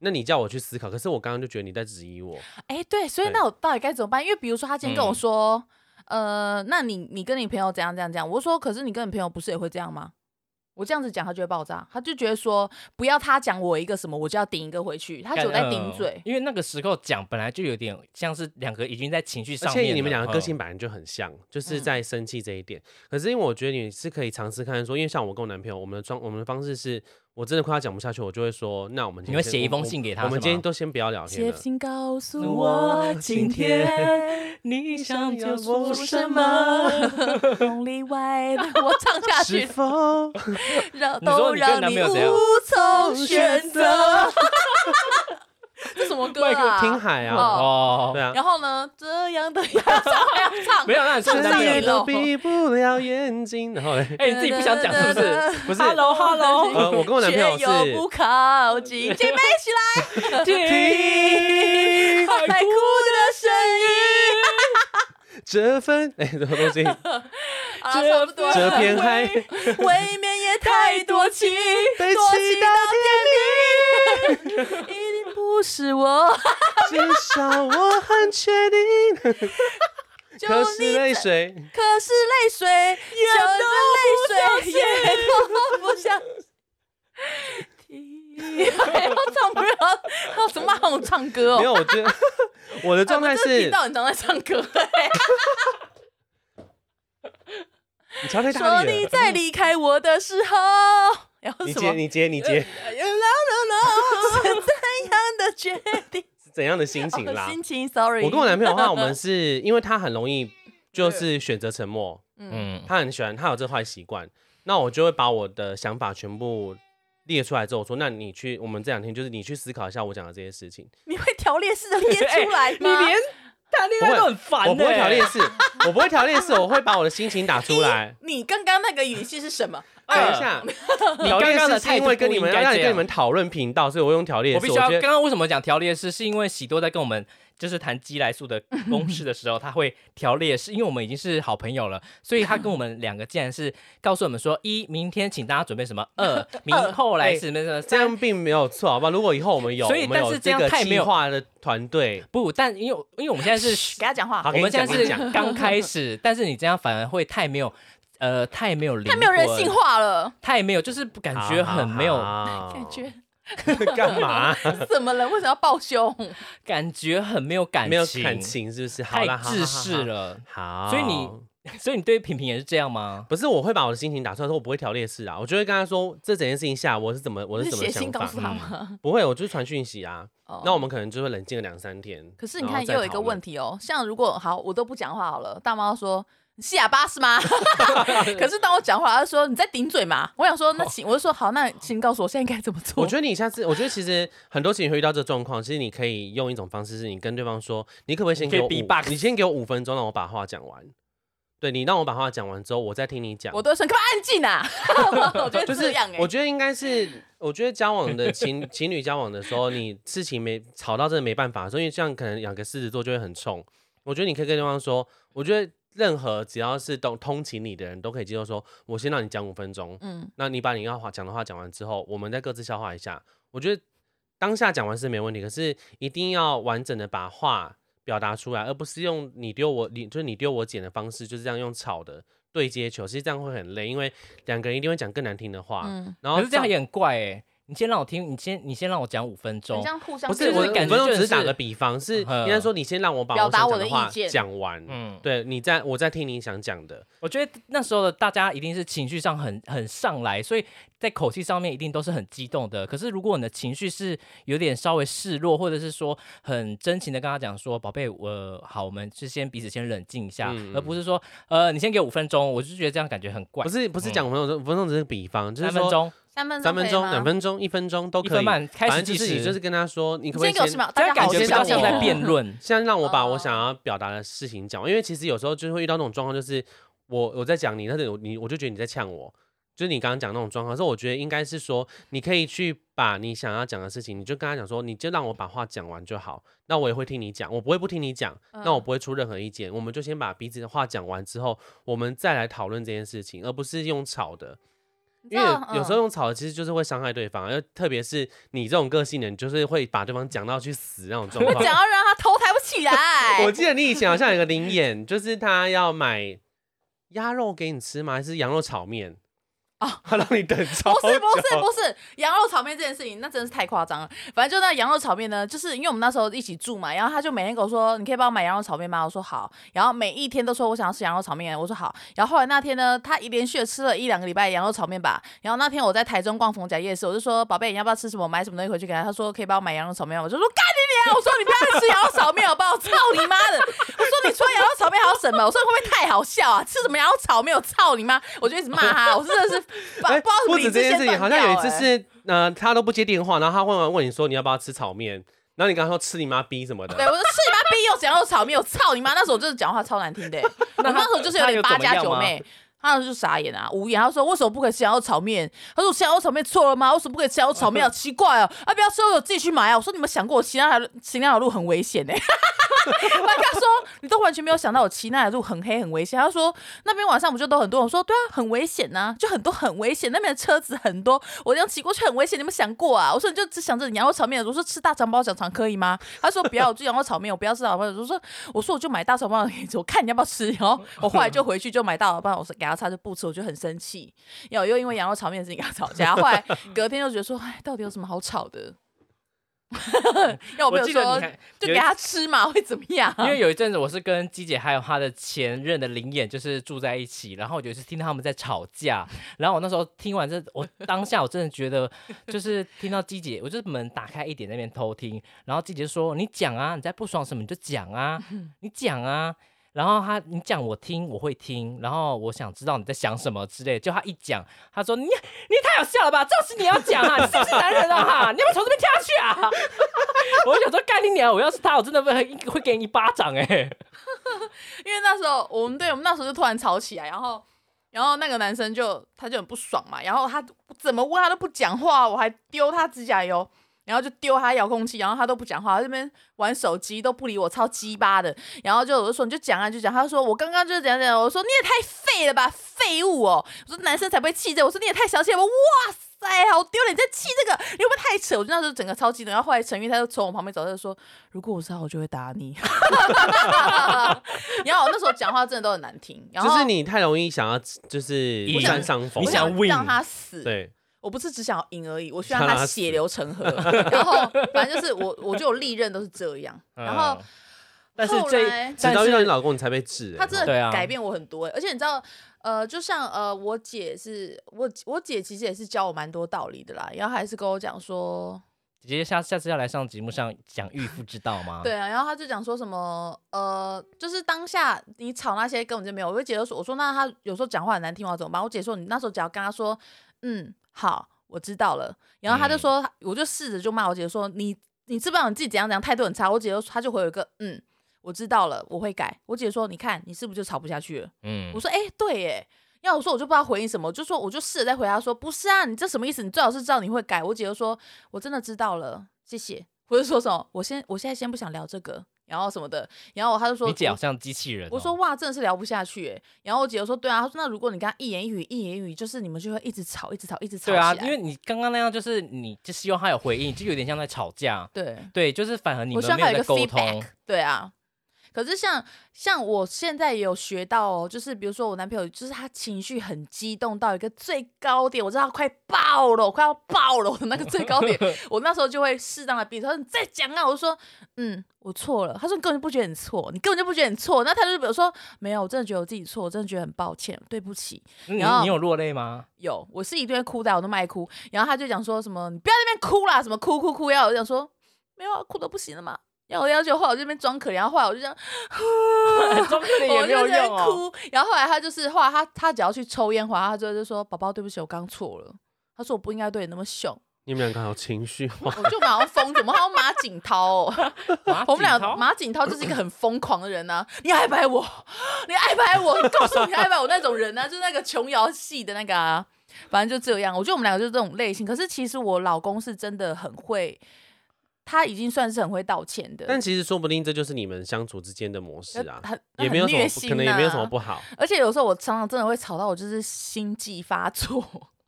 [SPEAKER 1] 那你叫我去思考，可是我刚刚就觉得你在质疑我，
[SPEAKER 2] 哎、对，所以
[SPEAKER 1] 对
[SPEAKER 2] 那我到底该怎么办？因为比如说他今天跟我
[SPEAKER 3] 嗯
[SPEAKER 2] 说，呃，那你你跟你朋友怎样怎样怎样，我就说，可是你跟你朋友不是也会这样吗？我这样子讲，他就会爆炸，他就觉得说，不要他讲我一个什么，我就要顶一个回去，他觉得我在顶嘴
[SPEAKER 3] 嗯。因为那个时候讲本来就有点像是两个已经在情绪
[SPEAKER 1] 而
[SPEAKER 3] 上面
[SPEAKER 1] 且
[SPEAKER 3] 了，
[SPEAKER 1] 你们两个个
[SPEAKER 3] 嗯
[SPEAKER 1] 性本来就很像，就是
[SPEAKER 2] 嗯
[SPEAKER 1] 在生气这一点。可是因为我觉得你是可以尝试看看说，因为像我跟我男朋友，我们的状我们的方式是，我真的快要讲不下去，我就会说，那我们今
[SPEAKER 3] 你会
[SPEAKER 1] 天
[SPEAKER 3] 写一
[SPEAKER 1] 先
[SPEAKER 3] 封
[SPEAKER 1] 我
[SPEAKER 3] 信给他
[SPEAKER 1] 我们
[SPEAKER 3] 是
[SPEAKER 1] 今天
[SPEAKER 3] 吗
[SPEAKER 1] 都先不要聊天
[SPEAKER 2] 写
[SPEAKER 1] 了。
[SPEAKER 2] 信告诉
[SPEAKER 3] 我
[SPEAKER 2] 我
[SPEAKER 3] 今
[SPEAKER 2] 今
[SPEAKER 3] 天
[SPEAKER 2] 天
[SPEAKER 3] 你想要
[SPEAKER 2] 说
[SPEAKER 3] 做
[SPEAKER 2] 什
[SPEAKER 3] 什
[SPEAKER 2] 么
[SPEAKER 3] 么？
[SPEAKER 2] 红里外的， 我唱 下
[SPEAKER 1] 是
[SPEAKER 2] 去，
[SPEAKER 1] 否
[SPEAKER 2] 让
[SPEAKER 3] 你说
[SPEAKER 2] 都
[SPEAKER 3] 你跟
[SPEAKER 2] 让
[SPEAKER 3] 男
[SPEAKER 2] 你
[SPEAKER 3] 朋友怎样
[SPEAKER 2] 无从选择。 这什么歌啊？
[SPEAKER 1] 听海啊？
[SPEAKER 2] 哦
[SPEAKER 3] 哦
[SPEAKER 1] 对，啊，
[SPEAKER 2] 然后呢，这样的要唱还要 唱，
[SPEAKER 3] 没有让你说
[SPEAKER 2] 真的
[SPEAKER 3] 男朋友
[SPEAKER 2] 有
[SPEAKER 1] 夜
[SPEAKER 2] 一
[SPEAKER 1] 都
[SPEAKER 2] 种
[SPEAKER 1] 闭不了眼睛。然后嘞，
[SPEAKER 3] 哎，你自己不想讲是不是？
[SPEAKER 1] 不是
[SPEAKER 3] Hello Hello，
[SPEAKER 1] 呃，我跟我男朋友
[SPEAKER 2] 却
[SPEAKER 1] 是
[SPEAKER 2] 又不靠近，姐妹一
[SPEAKER 3] 停
[SPEAKER 2] 起来，放在哭的声 音，
[SPEAKER 1] 这份哎什么东 西，
[SPEAKER 2] 啊，差不多了
[SPEAKER 1] 这片海
[SPEAKER 2] 未免也太多情，
[SPEAKER 1] 被
[SPEAKER 2] 多
[SPEAKER 1] 期
[SPEAKER 2] 情
[SPEAKER 1] 待
[SPEAKER 2] 到天明，一定不是我，
[SPEAKER 1] 至少我很确定。
[SPEAKER 2] 就
[SPEAKER 1] 可
[SPEAKER 2] 你
[SPEAKER 1] 是 泪水，
[SPEAKER 2] 可是泪水，就你的泪水也都不想听。 要唱不要要怎么骂我唱歌
[SPEAKER 1] 没
[SPEAKER 2] 哦？
[SPEAKER 1] 有，我觉得我
[SPEAKER 2] 啊
[SPEAKER 1] 的状态是啊
[SPEAKER 2] 听，到你常在唱 歌、
[SPEAKER 1] 你超太大
[SPEAKER 2] 说
[SPEAKER 1] 力
[SPEAKER 2] 你
[SPEAKER 1] 了。
[SPEAKER 2] 在离开我的时候，然后
[SPEAKER 1] 你
[SPEAKER 2] 什
[SPEAKER 1] 接，
[SPEAKER 2] 么
[SPEAKER 1] 嗯你接，你
[SPEAKER 3] 呃
[SPEAKER 1] 接。
[SPEAKER 2] ？No No No，是怎样的决定？
[SPEAKER 1] 怎样的心情
[SPEAKER 2] 哦
[SPEAKER 1] 啦？
[SPEAKER 2] 心情，Sorry。
[SPEAKER 1] 我跟我男朋友的话，我 们是因为他很容易就是选择沉默，
[SPEAKER 3] 嗯，
[SPEAKER 1] 他很喜欢，他有这坏习惯。那我就会把我的想法全部列出来之后，我说：“那你去，我们这两天就是你去思考一下我讲的这些事情。
[SPEAKER 2] 你会条列式的列出
[SPEAKER 1] 哎
[SPEAKER 2] 来
[SPEAKER 3] 你
[SPEAKER 2] 吗？
[SPEAKER 3] 连谈恋
[SPEAKER 1] 不
[SPEAKER 3] 爱
[SPEAKER 1] 会
[SPEAKER 3] 都很烦、欸，
[SPEAKER 1] 我不会条列式，我不会条列式，我会把我的心情打出
[SPEAKER 3] 嗯
[SPEAKER 1] 来。
[SPEAKER 2] 你刚刚那个语气是什么？
[SPEAKER 1] 等一下，条
[SPEAKER 3] 刚
[SPEAKER 1] 列
[SPEAKER 3] 刚的
[SPEAKER 1] 式是因为跟你
[SPEAKER 3] 态度不
[SPEAKER 1] 们
[SPEAKER 3] 应该
[SPEAKER 1] 要
[SPEAKER 3] 这
[SPEAKER 1] 跟
[SPEAKER 3] 样
[SPEAKER 1] 你们讨论频道，所以我用条列式。
[SPEAKER 3] 我必须要。
[SPEAKER 1] 觉
[SPEAKER 3] 刚
[SPEAKER 1] 得
[SPEAKER 3] 刚为什么讲条列式，是因为喜多在跟我们就是谈基来素的公式的 时候，他会条列式，因为我们已经是好朋友了，所以他跟我们两个竟然是告诉我们说：一，明天请大家准备什么； 二，明后来是什么什么。
[SPEAKER 1] 这
[SPEAKER 3] 三
[SPEAKER 1] 样并没有错，好吧？如果以后我们有，
[SPEAKER 3] 所以
[SPEAKER 1] 我们
[SPEAKER 3] 但
[SPEAKER 1] 有
[SPEAKER 3] 是这样
[SPEAKER 1] 个
[SPEAKER 3] 太没
[SPEAKER 1] 计
[SPEAKER 3] 有
[SPEAKER 1] 划的团队，
[SPEAKER 3] 不，但因为因为我们现在是
[SPEAKER 2] 给他讲话
[SPEAKER 1] 好，
[SPEAKER 3] 我们现在
[SPEAKER 1] 跟你
[SPEAKER 3] 是
[SPEAKER 1] 讲跟你
[SPEAKER 3] 刚 开始，但是你这样反而会太没有，呃，太没有灵
[SPEAKER 2] 太没有人性
[SPEAKER 3] 魂，
[SPEAKER 2] 化了，
[SPEAKER 3] 太没有，就是感觉很没有，
[SPEAKER 1] 感
[SPEAKER 2] 感觉
[SPEAKER 1] 干嘛？
[SPEAKER 2] 怎么了？为什么要抱胸？
[SPEAKER 3] 感觉很没有感
[SPEAKER 1] 没有
[SPEAKER 3] 情，
[SPEAKER 1] 感情是不是？好
[SPEAKER 3] 太
[SPEAKER 1] 啦，好
[SPEAKER 3] 自私。了。
[SPEAKER 1] 好好好好，
[SPEAKER 3] 所以你，所以你对品品也是这样吗？
[SPEAKER 1] 不是我会把我的心情打出来，说我不会条列式啊，我就会跟他说这整件事情下我是怎么我
[SPEAKER 2] 你是
[SPEAKER 1] 是怎么
[SPEAKER 2] 写信
[SPEAKER 1] 想
[SPEAKER 2] 告
[SPEAKER 1] 法嗯
[SPEAKER 2] 诉，他吗？
[SPEAKER 1] 不会，我就是传讯息啊。
[SPEAKER 2] 哦
[SPEAKER 1] 那我们可能就会冷静个两三天。
[SPEAKER 2] 可是你
[SPEAKER 1] 然后
[SPEAKER 2] 看，
[SPEAKER 1] 再
[SPEAKER 2] 又有一个
[SPEAKER 1] 讨论
[SPEAKER 2] 问，题哦，像如果好，我都不讲话好了，大妈说你是哑巴是吗？ 可是当我讲话，她说你在顶嘴嘛。我想说，那请，我就说好，那请告诉我现在应该怎么做。
[SPEAKER 1] 哦我觉得你下次，我觉得其实很多情侣会遇到这个状况，其实你可以用一种方式，是你跟对方说，你可不可以先
[SPEAKER 3] 你可
[SPEAKER 1] 给
[SPEAKER 3] 以
[SPEAKER 1] 我五
[SPEAKER 3] beatbox
[SPEAKER 1] 你先给我五分钟，让我把话讲完。对你让我把话讲完之后，我再听你讲。
[SPEAKER 2] 我都会说你干嘛安静啊？ 我觉得
[SPEAKER 1] 就是
[SPEAKER 2] 这样哎、
[SPEAKER 1] 我觉得应该是，我觉得交往的情 情侣交往的时候，你事情没吵到真的没办法，所以这样可能两个狮子座就会很冲。我觉得你可以跟对方说，我觉得任何只要是懂通勤你的人都可以接受说，我先让你讲五分钟，
[SPEAKER 2] 嗯，
[SPEAKER 1] 那你把你要话讲的话讲完之后，我们再各自消化一下。我觉得当下讲完是没问题，可是一定要完整的把话表达出来，而不是用你丢我你就是你丢我捡的方式，就是这样用吵的对接球。其实这样会很累，因为两个人一定会讲更难听的话。
[SPEAKER 2] 嗯
[SPEAKER 1] 然后
[SPEAKER 3] 可是这样
[SPEAKER 1] 造
[SPEAKER 3] 也很怪哎、你先让我听，你先你先让我讲五分
[SPEAKER 2] 很
[SPEAKER 3] 钟，
[SPEAKER 2] 像互相
[SPEAKER 1] 不
[SPEAKER 3] 就是是
[SPEAKER 1] 我
[SPEAKER 3] 感觉
[SPEAKER 1] 五分钟
[SPEAKER 3] 就
[SPEAKER 1] 只是打
[SPEAKER 3] 是
[SPEAKER 1] 个比方，是
[SPEAKER 3] 嗯
[SPEAKER 1] 应该说你先让我把
[SPEAKER 2] 表
[SPEAKER 1] 我
[SPEAKER 2] 达
[SPEAKER 1] 想
[SPEAKER 2] 我
[SPEAKER 1] 讲
[SPEAKER 2] 的
[SPEAKER 1] 的
[SPEAKER 2] 意
[SPEAKER 1] 话
[SPEAKER 2] 见
[SPEAKER 1] 讲完，
[SPEAKER 3] 嗯，
[SPEAKER 1] 对你再我再听你想讲的。
[SPEAKER 3] 我觉得那时候的大家一定是情绪上很很上来，所以在口气上面一定都是很激动的。可是如果你的情绪是有点稍微示弱，或者是说很真情的跟他讲说：“宝贝，我、好，我们是先彼此先冷静一下，
[SPEAKER 1] 嗯
[SPEAKER 3] 而不是说呃你先给我五分钟。”我就觉得这样感觉很怪
[SPEAKER 1] 不。是不是讲五分钟，五分钟只是比方，就是
[SPEAKER 3] 嗯三分
[SPEAKER 1] 说
[SPEAKER 3] 钟，
[SPEAKER 2] 三分钟
[SPEAKER 1] 三分钟、两
[SPEAKER 2] 钟，
[SPEAKER 1] 分钟、一分钟都
[SPEAKER 3] 一
[SPEAKER 1] 可
[SPEAKER 3] 分
[SPEAKER 1] 以。
[SPEAKER 3] 半开
[SPEAKER 1] 反
[SPEAKER 3] 始
[SPEAKER 1] 正
[SPEAKER 3] 计
[SPEAKER 1] 就是
[SPEAKER 3] 时，
[SPEAKER 1] 你就是跟他说，你
[SPEAKER 2] 你
[SPEAKER 1] 可不可
[SPEAKER 2] 先
[SPEAKER 1] 以
[SPEAKER 2] 给我
[SPEAKER 1] 先
[SPEAKER 2] 十秒，
[SPEAKER 3] 这
[SPEAKER 2] 大家
[SPEAKER 3] 样感
[SPEAKER 2] 好
[SPEAKER 3] 觉
[SPEAKER 1] 先
[SPEAKER 3] 比
[SPEAKER 1] 不
[SPEAKER 2] 笑
[SPEAKER 3] 较像
[SPEAKER 1] 要我
[SPEAKER 3] 在辩论。
[SPEAKER 1] 先让我把我
[SPEAKER 2] 哦
[SPEAKER 1] 想要表达的事情讲完，因为其实有时候就会遇到那种状况，就是我我在讲你，但是我你我就觉得你在呛我，就是你刚刚讲那种状况。所以我觉得应该是说，你可以去把你想要讲的事情，你就跟他讲说，你就让我把话讲完就好。那我也会听你讲，我不会不听你讲，那我
[SPEAKER 2] 嗯
[SPEAKER 1] 不会出任何意见。我们就先把彼此的话讲完之后，我们再来讨论这件事情，而不是用吵的。
[SPEAKER 2] 你知
[SPEAKER 1] 因为
[SPEAKER 2] 道
[SPEAKER 1] 有时候
[SPEAKER 2] 嗯
[SPEAKER 1] 用吵的其实就是会伤害对方，啊又特别是你这种个性的，你就是会把对方讲到去死那种状
[SPEAKER 2] 我
[SPEAKER 1] 况。
[SPEAKER 2] 讲要让他头抬不起
[SPEAKER 1] 我
[SPEAKER 2] 来，
[SPEAKER 1] 记得你以前好像有个灵眼，就是他要买鸭肉给你吃吗？还是羊肉炒面？
[SPEAKER 2] 哦，
[SPEAKER 1] 他让你等超
[SPEAKER 2] 不
[SPEAKER 1] 久。
[SPEAKER 2] 是不是不是，羊肉炒面这件事情那真的是太夸张了。反正就那羊肉炒面呢，就是因为我们那时候一起住嘛，然后他就每天跟我说：“你可以帮我买羊肉炒面吗？”我说好。然后每一天都说我想要吃羊肉炒面，我说好。然后后来那天呢，他一连续地吃了一两个礼拜羊肉炒面吧。然后那天我在台中逛逢甲夜市，我就说：“宝贝，你要不要吃什么？我买什么东西回去给他？”他说：“可以帮我买羊肉炒面吗。”我就说：“干你娘！”我说：“你不要再吃羊肉炒面好不好？操你妈的！”我说：“你说羊肉炒面还有什么？”我说：“会不会太好笑啊？吃什么羊肉炒面？我操你妈！”我就一直骂他，我真的是把
[SPEAKER 1] 哎
[SPEAKER 2] 不知道怎么
[SPEAKER 1] 不
[SPEAKER 2] 理
[SPEAKER 1] 止这
[SPEAKER 2] 智
[SPEAKER 1] 件
[SPEAKER 2] 先
[SPEAKER 1] 事情，好
[SPEAKER 2] 断
[SPEAKER 1] 像有一
[SPEAKER 2] 掉
[SPEAKER 1] 次
[SPEAKER 2] 哎
[SPEAKER 1] 是，呃，他都不接电话，然后他问完问你说你要不要吃炒面，然后你刚刚说吃你妈逼什么
[SPEAKER 2] 哦对，
[SPEAKER 1] 的，
[SPEAKER 2] 我说吃你妈逼，又讲又炒面，我操你妈！那时候我真的讲话超难听的欸、我 那时候就是有点八加九妹。他当时就傻眼啊，无言。他说：“为什么不可以吃羊肉炒面？”他说：“吃羊肉炒面错了吗？为什么不可以吃羊肉炒面啊？ 奇怪啊！啊，不要吃，我自己去买啊！”我说：“你们想过我骑那条骑那条路很危险呢、欸？”我还跟他说：“你都完全没有想到我骑那条路很黑很危险。”他说：“那边晚上不就都很多？”我说：“对啊，很危险呐、就很多很危险，那边的车子很多，我这样骑过去很危险。你们想过啊？”我说：“你就只想着你羊肉炒面。”我说：“吃大肠包小肠可以吗？”他说：“不要，我就羊肉炒面，我不要吃大肠包。”我说：“我说我就买大肠包给你吃，我看你要不要吃。”然后我后来就回去就买大肠包，我说给他吃，他就不吃，我就很生气。然后又因为羊肉炒面的事情跟他吵架，后来隔天就觉得说：“哎，到底有什么好吵的？” 要我没有
[SPEAKER 3] 记得
[SPEAKER 2] 说
[SPEAKER 3] 你，还
[SPEAKER 2] 就
[SPEAKER 3] 有
[SPEAKER 2] 给
[SPEAKER 3] 一
[SPEAKER 2] 他吃嘛，会怎么样？
[SPEAKER 3] 因为有一阵子我是跟鸡姐还有她的前任的灵眼就是住在一起，然后我有一次听到他们在吵架，然后我那时候听完这，我当下我真的觉得就是听到鸡姐，我就是门打开一点在那边偷听，然后鸡姐就说你讲啊，你在不爽什么你就讲啊，你讲啊。然后他，你讲我听，我会听。然后我想知道你在想什么之类的。就他一讲，他说你你也太好笑了吧，这是你要讲啊，你是不是男人啊？哈，你要不要从这边跳下去啊？ 我就想说，干你娘！我要是他，我真的会会给你一巴掌哎、
[SPEAKER 2] 因为那时候我们对我们那时候就突然吵起来，然后然后那个男生就他就很不爽嘛，然后他怎么问他都不讲话，我还丢他指甲油。然后就丢他遥控器，然后他都不讲话，他这边玩手机都不理我，超鸡巴的。然后就我就说你就讲啊，你就讲。他就说我刚刚就是怎样怎样，我说你也太废了吧，废物哦。我说男生才不会气这个，我说你也太小气了吧，哇塞，好丢脸，你在气这个，你会不会太扯？我就那时候整个超激动。然后后来陈玉他就从我旁边走，他就说如果我是他，我就会打你。 然后我那时候讲话真的都很难听，然后
[SPEAKER 1] 就是你太容易想要就是
[SPEAKER 3] 以
[SPEAKER 1] 不占上风，啊
[SPEAKER 3] 你
[SPEAKER 2] 我想
[SPEAKER 3] 想 win
[SPEAKER 2] 让他死，
[SPEAKER 1] 对，
[SPEAKER 2] 我不是只想要赢而已，我希望
[SPEAKER 1] 想让
[SPEAKER 2] 他
[SPEAKER 1] 他
[SPEAKER 2] 血
[SPEAKER 1] 死
[SPEAKER 2] 流成河。然后反正就是我，我就有历任都是这样，然后
[SPEAKER 3] 嗯但是
[SPEAKER 2] 后来
[SPEAKER 3] 这
[SPEAKER 1] 直
[SPEAKER 3] 但
[SPEAKER 1] 到遇到你
[SPEAKER 3] 是
[SPEAKER 1] 老公你才被治、欸
[SPEAKER 2] 他真的
[SPEAKER 3] 对啊
[SPEAKER 2] 改变我很多欸、而且你知道，呃，就像呃，我姐是我我姐其实也是教我蛮多道理的啦，然后还是跟我讲说，
[SPEAKER 3] 姐姐下下次要来上节目上讲预付之道吗？
[SPEAKER 2] 对，啊，然后他就讲说什么，呃，就是当下你吵那些根本就没有。我姐就说，我说那他有时候讲话很难听，我要怎么办？我姐说你那时候只要跟他说，嗯，好，我知道了。然后他就
[SPEAKER 3] 嗯
[SPEAKER 2] 说，我就试着就骂我姐说，你你知不知道你自己怎样怎样，态度很差。我姐就她就回有一个嗯。我知道了，我会改。我姐说：“你看，你是不是就吵不下去了？”
[SPEAKER 3] 嗯
[SPEAKER 2] 我，说：“哎、对，耶。”要我说，我就不知道回应什么，我就说我就试着再回答说，不是啊，你这什么意思？你最好是知道你会改。我姐就说，我真的知道了，谢谢。我就说什么，我先我现在先不想聊这个，然后什么的，然后他就说
[SPEAKER 3] 你姐好
[SPEAKER 2] 我
[SPEAKER 3] 像机器人哦、
[SPEAKER 2] 我说哇，真的是聊不下去欸。然后我姐就说对啊，她说那如果你跟她一言一语一言一语，就是你们就会一直吵，一直吵，一直吵
[SPEAKER 3] 对啊，
[SPEAKER 2] 起来
[SPEAKER 3] 因为你刚刚那样就是你就希望他有回应，就有点像在吵架。
[SPEAKER 2] 对，
[SPEAKER 3] 对，就是反而你
[SPEAKER 2] 我
[SPEAKER 3] 们
[SPEAKER 2] 希望
[SPEAKER 3] 没
[SPEAKER 2] 她
[SPEAKER 3] 有
[SPEAKER 2] 有
[SPEAKER 3] 在
[SPEAKER 2] 一个
[SPEAKER 3] 沟通
[SPEAKER 2] feedback，。对啊。可是像像我现在也有学到哦，就是比如说我男朋友，就是他情绪很激动到一个最高点，我知道他快爆了，我快要爆了我的那个最高点，我那时候就会适当的逼他说你再讲啊，我就说嗯我错了，他说你根本就不觉得你错，你根本就不觉得你错，那他就比如说没有，我真的觉得我自己错，我真的觉得很抱歉，对不起，
[SPEAKER 3] 你
[SPEAKER 2] 然后
[SPEAKER 3] 你有落泪 吗？
[SPEAKER 2] 有，我是一定会哭的，我那么爱哭。然后他就讲说什么，你不要在那边哭啦，什么哭哭哭呀。我就想说，没有啊，哭都不行了嘛。然后我要求后来我就在那边装可怜，然后后来我就这样，
[SPEAKER 3] 装可怜 也
[SPEAKER 2] 我
[SPEAKER 3] 没
[SPEAKER 2] 就
[SPEAKER 3] 有
[SPEAKER 2] 在那
[SPEAKER 3] 用
[SPEAKER 2] 边
[SPEAKER 3] 哦。
[SPEAKER 2] 哭。然后后来他就是后来他他只要去抽烟，回来他就就说，宝宝对不起，我刚错了。他说我不应该对你那么凶，
[SPEAKER 1] 你们两个好情绪化，
[SPEAKER 2] 我就马上疯，怎么还有马景涛哦？
[SPEAKER 3] 马
[SPEAKER 2] 我们俩
[SPEAKER 3] 景涛
[SPEAKER 2] 马景涛就是一个很疯狂的人呐、你爱不爱我？你爱不爱我？你 告诉我你爱不爱我那种人呐、就是那个琼瑶系的那个啊，反正就这样。我觉得我们两个就是这种类型。可是其实我老公是真的很会，他已经算是很会道歉的，呃
[SPEAKER 1] 但其实说不定这就是你们相处之间的模式啊，
[SPEAKER 2] 很
[SPEAKER 1] 也没有什
[SPEAKER 2] 很虐
[SPEAKER 1] 么不，
[SPEAKER 2] 心、啊
[SPEAKER 1] 可能也没有什么。不好。
[SPEAKER 2] 而且有时候我常常真的会吵到我就是心悸发作，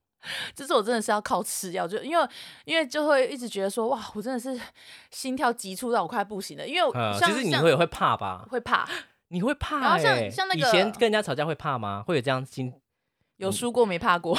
[SPEAKER 2] 就是我真的是要靠吃药，就因为因为就会一直觉得说哇，我真的是心跳急促到我快不行了，因为我
[SPEAKER 3] 嗯，
[SPEAKER 2] 像、
[SPEAKER 3] 其实你
[SPEAKER 2] 像
[SPEAKER 3] 会会怕吧？
[SPEAKER 2] 会怕。
[SPEAKER 3] 你会怕、欸？
[SPEAKER 2] 然后像像那个
[SPEAKER 3] 以前跟人家吵架会怕吗？会有这样心？嗯
[SPEAKER 2] 有输过没怕 过，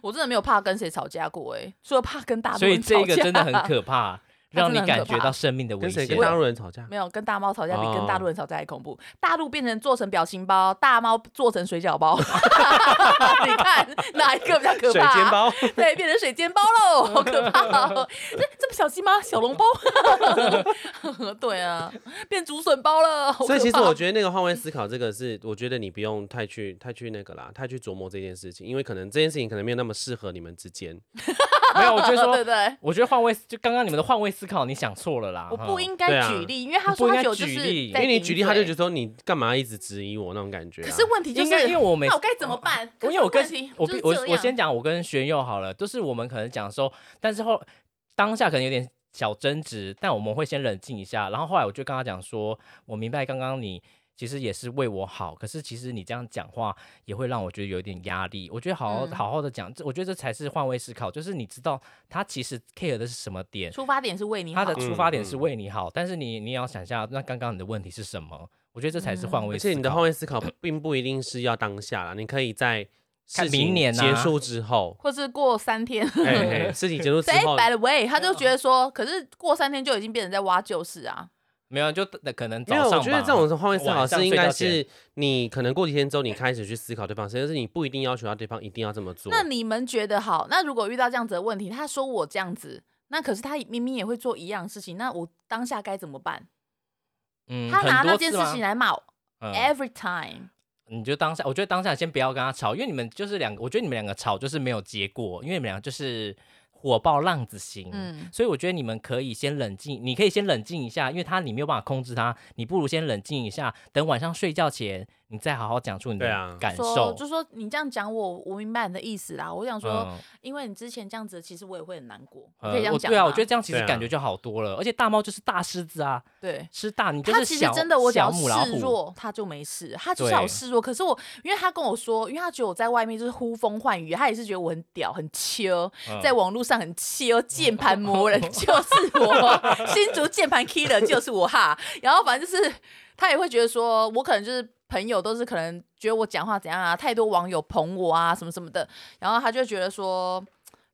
[SPEAKER 2] 我真的没有怕跟谁吵架过哎、欸，除了怕跟大
[SPEAKER 3] 所
[SPEAKER 2] 陆
[SPEAKER 3] 以
[SPEAKER 2] 人
[SPEAKER 3] 这
[SPEAKER 2] 吵
[SPEAKER 3] 个
[SPEAKER 2] 架，
[SPEAKER 3] 真的很可怕，让
[SPEAKER 2] 真的
[SPEAKER 3] 你
[SPEAKER 2] 很
[SPEAKER 3] 感
[SPEAKER 2] 可
[SPEAKER 3] 觉
[SPEAKER 2] 怕
[SPEAKER 3] 到生命的危
[SPEAKER 1] 跟谁
[SPEAKER 3] 险。
[SPEAKER 1] 跟大陆人吵架？
[SPEAKER 2] 没有跟大猫吵架比
[SPEAKER 1] 哦
[SPEAKER 2] 跟大陆人吵架还恐怖。大陆变成做成表情包，大猫做成水饺包， 你看哪一个比较可
[SPEAKER 1] 水
[SPEAKER 2] 怕、
[SPEAKER 1] 煎 包，
[SPEAKER 2] 对，变成水煎包喽，好可怕、哦！这这不小心吗？小笼包， 对啊，变竹笋包了，好
[SPEAKER 1] 所以
[SPEAKER 2] 可
[SPEAKER 1] 其实
[SPEAKER 2] 怕
[SPEAKER 1] 我觉得那个换位思考，这个是我觉得你不用太去太去那个啦，太去琢磨这件事情，因为可能这件事情可能没有那么适合你们之间。
[SPEAKER 3] 没有，我就
[SPEAKER 2] 对
[SPEAKER 3] 说，
[SPEAKER 2] 不
[SPEAKER 1] 啊
[SPEAKER 2] 对？
[SPEAKER 3] 我觉得换位就刚刚你们的换位思考，你想错了啦。
[SPEAKER 2] 我
[SPEAKER 3] 哈
[SPEAKER 2] 不应
[SPEAKER 1] 对
[SPEAKER 2] 该
[SPEAKER 1] 啊
[SPEAKER 2] 举例，因为他
[SPEAKER 3] 你
[SPEAKER 2] 说
[SPEAKER 3] 不应
[SPEAKER 2] 他
[SPEAKER 3] 该
[SPEAKER 2] 有就
[SPEAKER 3] 举
[SPEAKER 2] 是
[SPEAKER 3] 例
[SPEAKER 1] 因
[SPEAKER 2] 在
[SPEAKER 1] 为你
[SPEAKER 2] 顶
[SPEAKER 1] 举例，他就
[SPEAKER 2] 嘴
[SPEAKER 1] 觉得说你干嘛一直质疑我那种感觉、啊。
[SPEAKER 2] 可是问题就
[SPEAKER 3] 应该，
[SPEAKER 2] 是，
[SPEAKER 3] 因为我每
[SPEAKER 2] 那我该怎么办？可
[SPEAKER 3] 因
[SPEAKER 2] 是
[SPEAKER 3] 为我跟
[SPEAKER 2] 问题
[SPEAKER 3] 我
[SPEAKER 2] 就是
[SPEAKER 3] 我
[SPEAKER 2] 这
[SPEAKER 3] 我
[SPEAKER 2] 样
[SPEAKER 3] 先讲我跟玄佑好了，就是我们可能讲说，但是后当下可能有点小争执，但我们会先冷静一下，然后后来我就跟他讲说，我明白刚刚你。其实也是为我好，可是其实你这样讲话也会让我觉得有一点压力。我觉得好好、
[SPEAKER 2] 嗯
[SPEAKER 3] 好好的讲，这我觉得这才是换位思考，就是你知道他其实 care 的是什么点，
[SPEAKER 2] 出发点是为你
[SPEAKER 3] 他
[SPEAKER 2] 好
[SPEAKER 3] 的。出
[SPEAKER 1] 嗯
[SPEAKER 3] 发点是
[SPEAKER 1] 嗯
[SPEAKER 3] 为你好，但是你你也要想一下，那刚刚你的问题是什么？我觉得这才是换
[SPEAKER 2] 嗯
[SPEAKER 3] 位
[SPEAKER 1] 而
[SPEAKER 3] 思考。
[SPEAKER 1] 且你的换位思考并不一定是要当下啦，你可以在
[SPEAKER 3] 看
[SPEAKER 1] 事
[SPEAKER 3] 明
[SPEAKER 1] 情
[SPEAKER 3] 年啊
[SPEAKER 1] 结束 之后，
[SPEAKER 2] 或是过三天，
[SPEAKER 1] 哎、 哎事情结束之
[SPEAKER 2] 谁
[SPEAKER 1] 后，
[SPEAKER 2] by the way，他就觉得说，可是过三天就已经变成在挖旧事啊。
[SPEAKER 3] 没有，就可能早
[SPEAKER 1] 没有，我
[SPEAKER 3] 上
[SPEAKER 1] 觉得
[SPEAKER 3] 吧
[SPEAKER 1] 这种换位思考
[SPEAKER 3] 晚上
[SPEAKER 1] 是应该
[SPEAKER 3] 睡觉
[SPEAKER 1] 是你可能过几天之后，你开始去思考对方，但是你不一定要求到对方一定要这么做。
[SPEAKER 2] 那你们觉得好？那如果遇到这样子的问题，他说我这样子，那可是他明明也会做一样的事情，那我当下该怎么办？
[SPEAKER 3] 嗯，
[SPEAKER 2] 他拿
[SPEAKER 3] 很多
[SPEAKER 2] 那件
[SPEAKER 3] 次
[SPEAKER 2] 事
[SPEAKER 3] 吗
[SPEAKER 2] 情，来骂我
[SPEAKER 3] 嗯，
[SPEAKER 2] every time，
[SPEAKER 3] 你就当下，我觉得当下先不要跟他吵，因为你们就是两个，我觉得你们两个吵就是没有结果，因为你们俩就是火爆浪子型，
[SPEAKER 2] 嗯
[SPEAKER 3] 所以我觉得你们可以先冷静，你可以先冷静一下，因为他你没有办法控制他，你不如先冷静一下，等晚上睡觉前你再好好讲出你
[SPEAKER 1] 对啊
[SPEAKER 3] 的感
[SPEAKER 2] 说
[SPEAKER 3] 受。
[SPEAKER 2] 就说你这样讲我，我明白你的意思啦。我想说，
[SPEAKER 3] 嗯
[SPEAKER 2] 因为你之前这样子，其实我也会很难过。你
[SPEAKER 3] 呃
[SPEAKER 2] 可以这样
[SPEAKER 3] 我
[SPEAKER 2] 讲
[SPEAKER 3] 对啊，
[SPEAKER 2] 吗
[SPEAKER 3] 我觉得这样其实
[SPEAKER 1] 对啊
[SPEAKER 3] 感觉就好多了，而且大猫就是大狮子啊，
[SPEAKER 2] 对。
[SPEAKER 3] 狮大你就
[SPEAKER 2] 他
[SPEAKER 3] 是
[SPEAKER 2] 其实
[SPEAKER 3] 小
[SPEAKER 2] 真的，我只
[SPEAKER 3] 小
[SPEAKER 2] 要
[SPEAKER 3] 母老
[SPEAKER 2] 示
[SPEAKER 3] 虎，
[SPEAKER 2] 弱，他就没事。他至少
[SPEAKER 3] 对
[SPEAKER 2] 有示弱，可是我，因为他跟我说，因为他觉得我在外面就是呼风唤雨，他也是觉得我很屌、很秋，
[SPEAKER 3] 嗯
[SPEAKER 2] 在网络上很秋，键盘魔人就是我，新竹键盘 killer 就是我哈。然后反正就是他也会觉得说，我可能就是朋友都是可能觉得我讲话怎样啊，太多网友捧我啊，什么什么的，然后他就觉得说，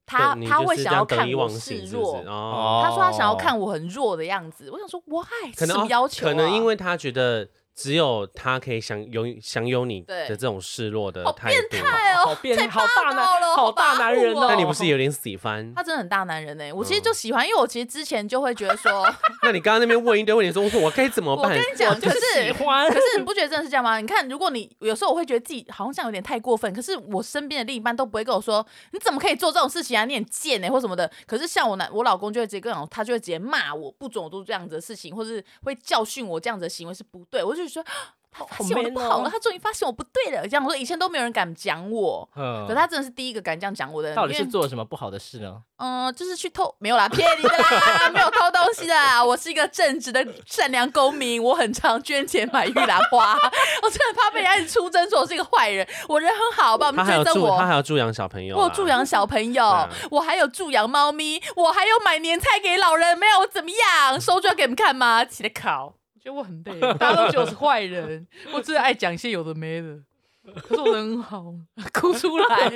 [SPEAKER 2] 他
[SPEAKER 1] 对你
[SPEAKER 2] 他
[SPEAKER 1] 就
[SPEAKER 2] 会
[SPEAKER 1] 是
[SPEAKER 2] 想
[SPEAKER 1] 这
[SPEAKER 2] 要
[SPEAKER 1] 样得
[SPEAKER 2] 看
[SPEAKER 1] 意
[SPEAKER 2] 我
[SPEAKER 1] 忘
[SPEAKER 2] 示
[SPEAKER 1] 形是
[SPEAKER 2] 弱
[SPEAKER 1] 不是。哦，
[SPEAKER 2] 他说他想要看我很弱的样子，我想说 why
[SPEAKER 1] 可能
[SPEAKER 2] 什么
[SPEAKER 1] 哦
[SPEAKER 2] 要求、啊
[SPEAKER 1] 可能因为他觉得只有他可以享有享有你
[SPEAKER 2] 对
[SPEAKER 1] 的这种示弱的
[SPEAKER 2] 好
[SPEAKER 1] 态度。
[SPEAKER 2] 哎呦
[SPEAKER 3] 哦好变
[SPEAKER 2] 太
[SPEAKER 3] 好大
[SPEAKER 2] 霸
[SPEAKER 3] 男
[SPEAKER 2] 道了
[SPEAKER 3] 好
[SPEAKER 2] 好
[SPEAKER 3] 大
[SPEAKER 2] 跋
[SPEAKER 3] 男
[SPEAKER 2] 扈
[SPEAKER 3] 人哦
[SPEAKER 2] 哦
[SPEAKER 1] 那你不是有点喜欢
[SPEAKER 2] 他？真的很大男人呢、我其实就喜欢，因为我其实之前就会觉得说，
[SPEAKER 1] 那你刚刚那边问一堆问题，说我该怎么
[SPEAKER 2] 我跟
[SPEAKER 1] 办？
[SPEAKER 2] 你讲，可
[SPEAKER 3] 喜
[SPEAKER 2] 是
[SPEAKER 3] 欢
[SPEAKER 2] 可是你不觉得真的是这样吗？你看，如果你有时候我会觉得自己好像有点太过分，可是我身边的另一半都不会跟我说你怎么可以做这种事情啊，你很贱呢、或什么的。可是像我男我老公就会直接跟我，他就会直接骂我，不准我做这样子的事情，或是会教训我这样子的行为是不对。我就觉得他发现我的不好
[SPEAKER 3] 好 man
[SPEAKER 2] 了，
[SPEAKER 3] 哦
[SPEAKER 2] 他终于发现我不对了。这样说，以前都没有人敢讲我，
[SPEAKER 3] 嗯
[SPEAKER 2] 可他真的是第一个敢这样讲我的人。
[SPEAKER 3] 到底
[SPEAKER 2] 因
[SPEAKER 3] 是
[SPEAKER 2] 为
[SPEAKER 3] 做了什么不好的事呢？
[SPEAKER 2] 嗯、就是去偷，没有啦，骗你的啦，没有偷东西的啦。我是一个正直的善良公民，我很常捐钱买玉兰花。我真的怕被人家一直出征，说我是一个坏人。我人很好，把我
[SPEAKER 1] 他
[SPEAKER 2] 们
[SPEAKER 1] 还有
[SPEAKER 2] 捐赠
[SPEAKER 1] 助，
[SPEAKER 2] 我。
[SPEAKER 1] 他还有助养小朋友啦，
[SPEAKER 2] 我有助养小朋友，
[SPEAKER 1] 啊
[SPEAKER 2] 我还有助养猫咪，我还有买年菜给老人，没有我怎么样？收出来给你们看吗？起来 考，
[SPEAKER 4] 我觉得我很累，大家都觉得我是坏人，我只是爱讲一些有的没的。可是我人很好，哭出来。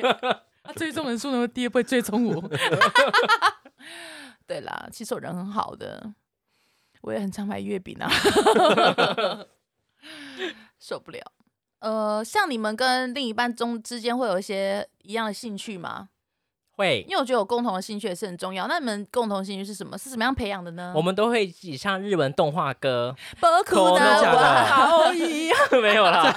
[SPEAKER 4] 啊，追踪人数呢？第二不会追 踪我。
[SPEAKER 2] 对啦，其实我人很好的，我也很常买 月饼啊，受不了。呃，像你们跟另一半中之间会有一些一样的兴趣吗？
[SPEAKER 3] 会
[SPEAKER 2] 因，为我觉得有共同的兴趣也是很重要。那你们共同兴趣是什么？是怎么样培养的呢？
[SPEAKER 3] 我们都会一起唱日文动画歌，
[SPEAKER 2] 不哭
[SPEAKER 1] 真的假的
[SPEAKER 2] 好姨，
[SPEAKER 3] 没有啦，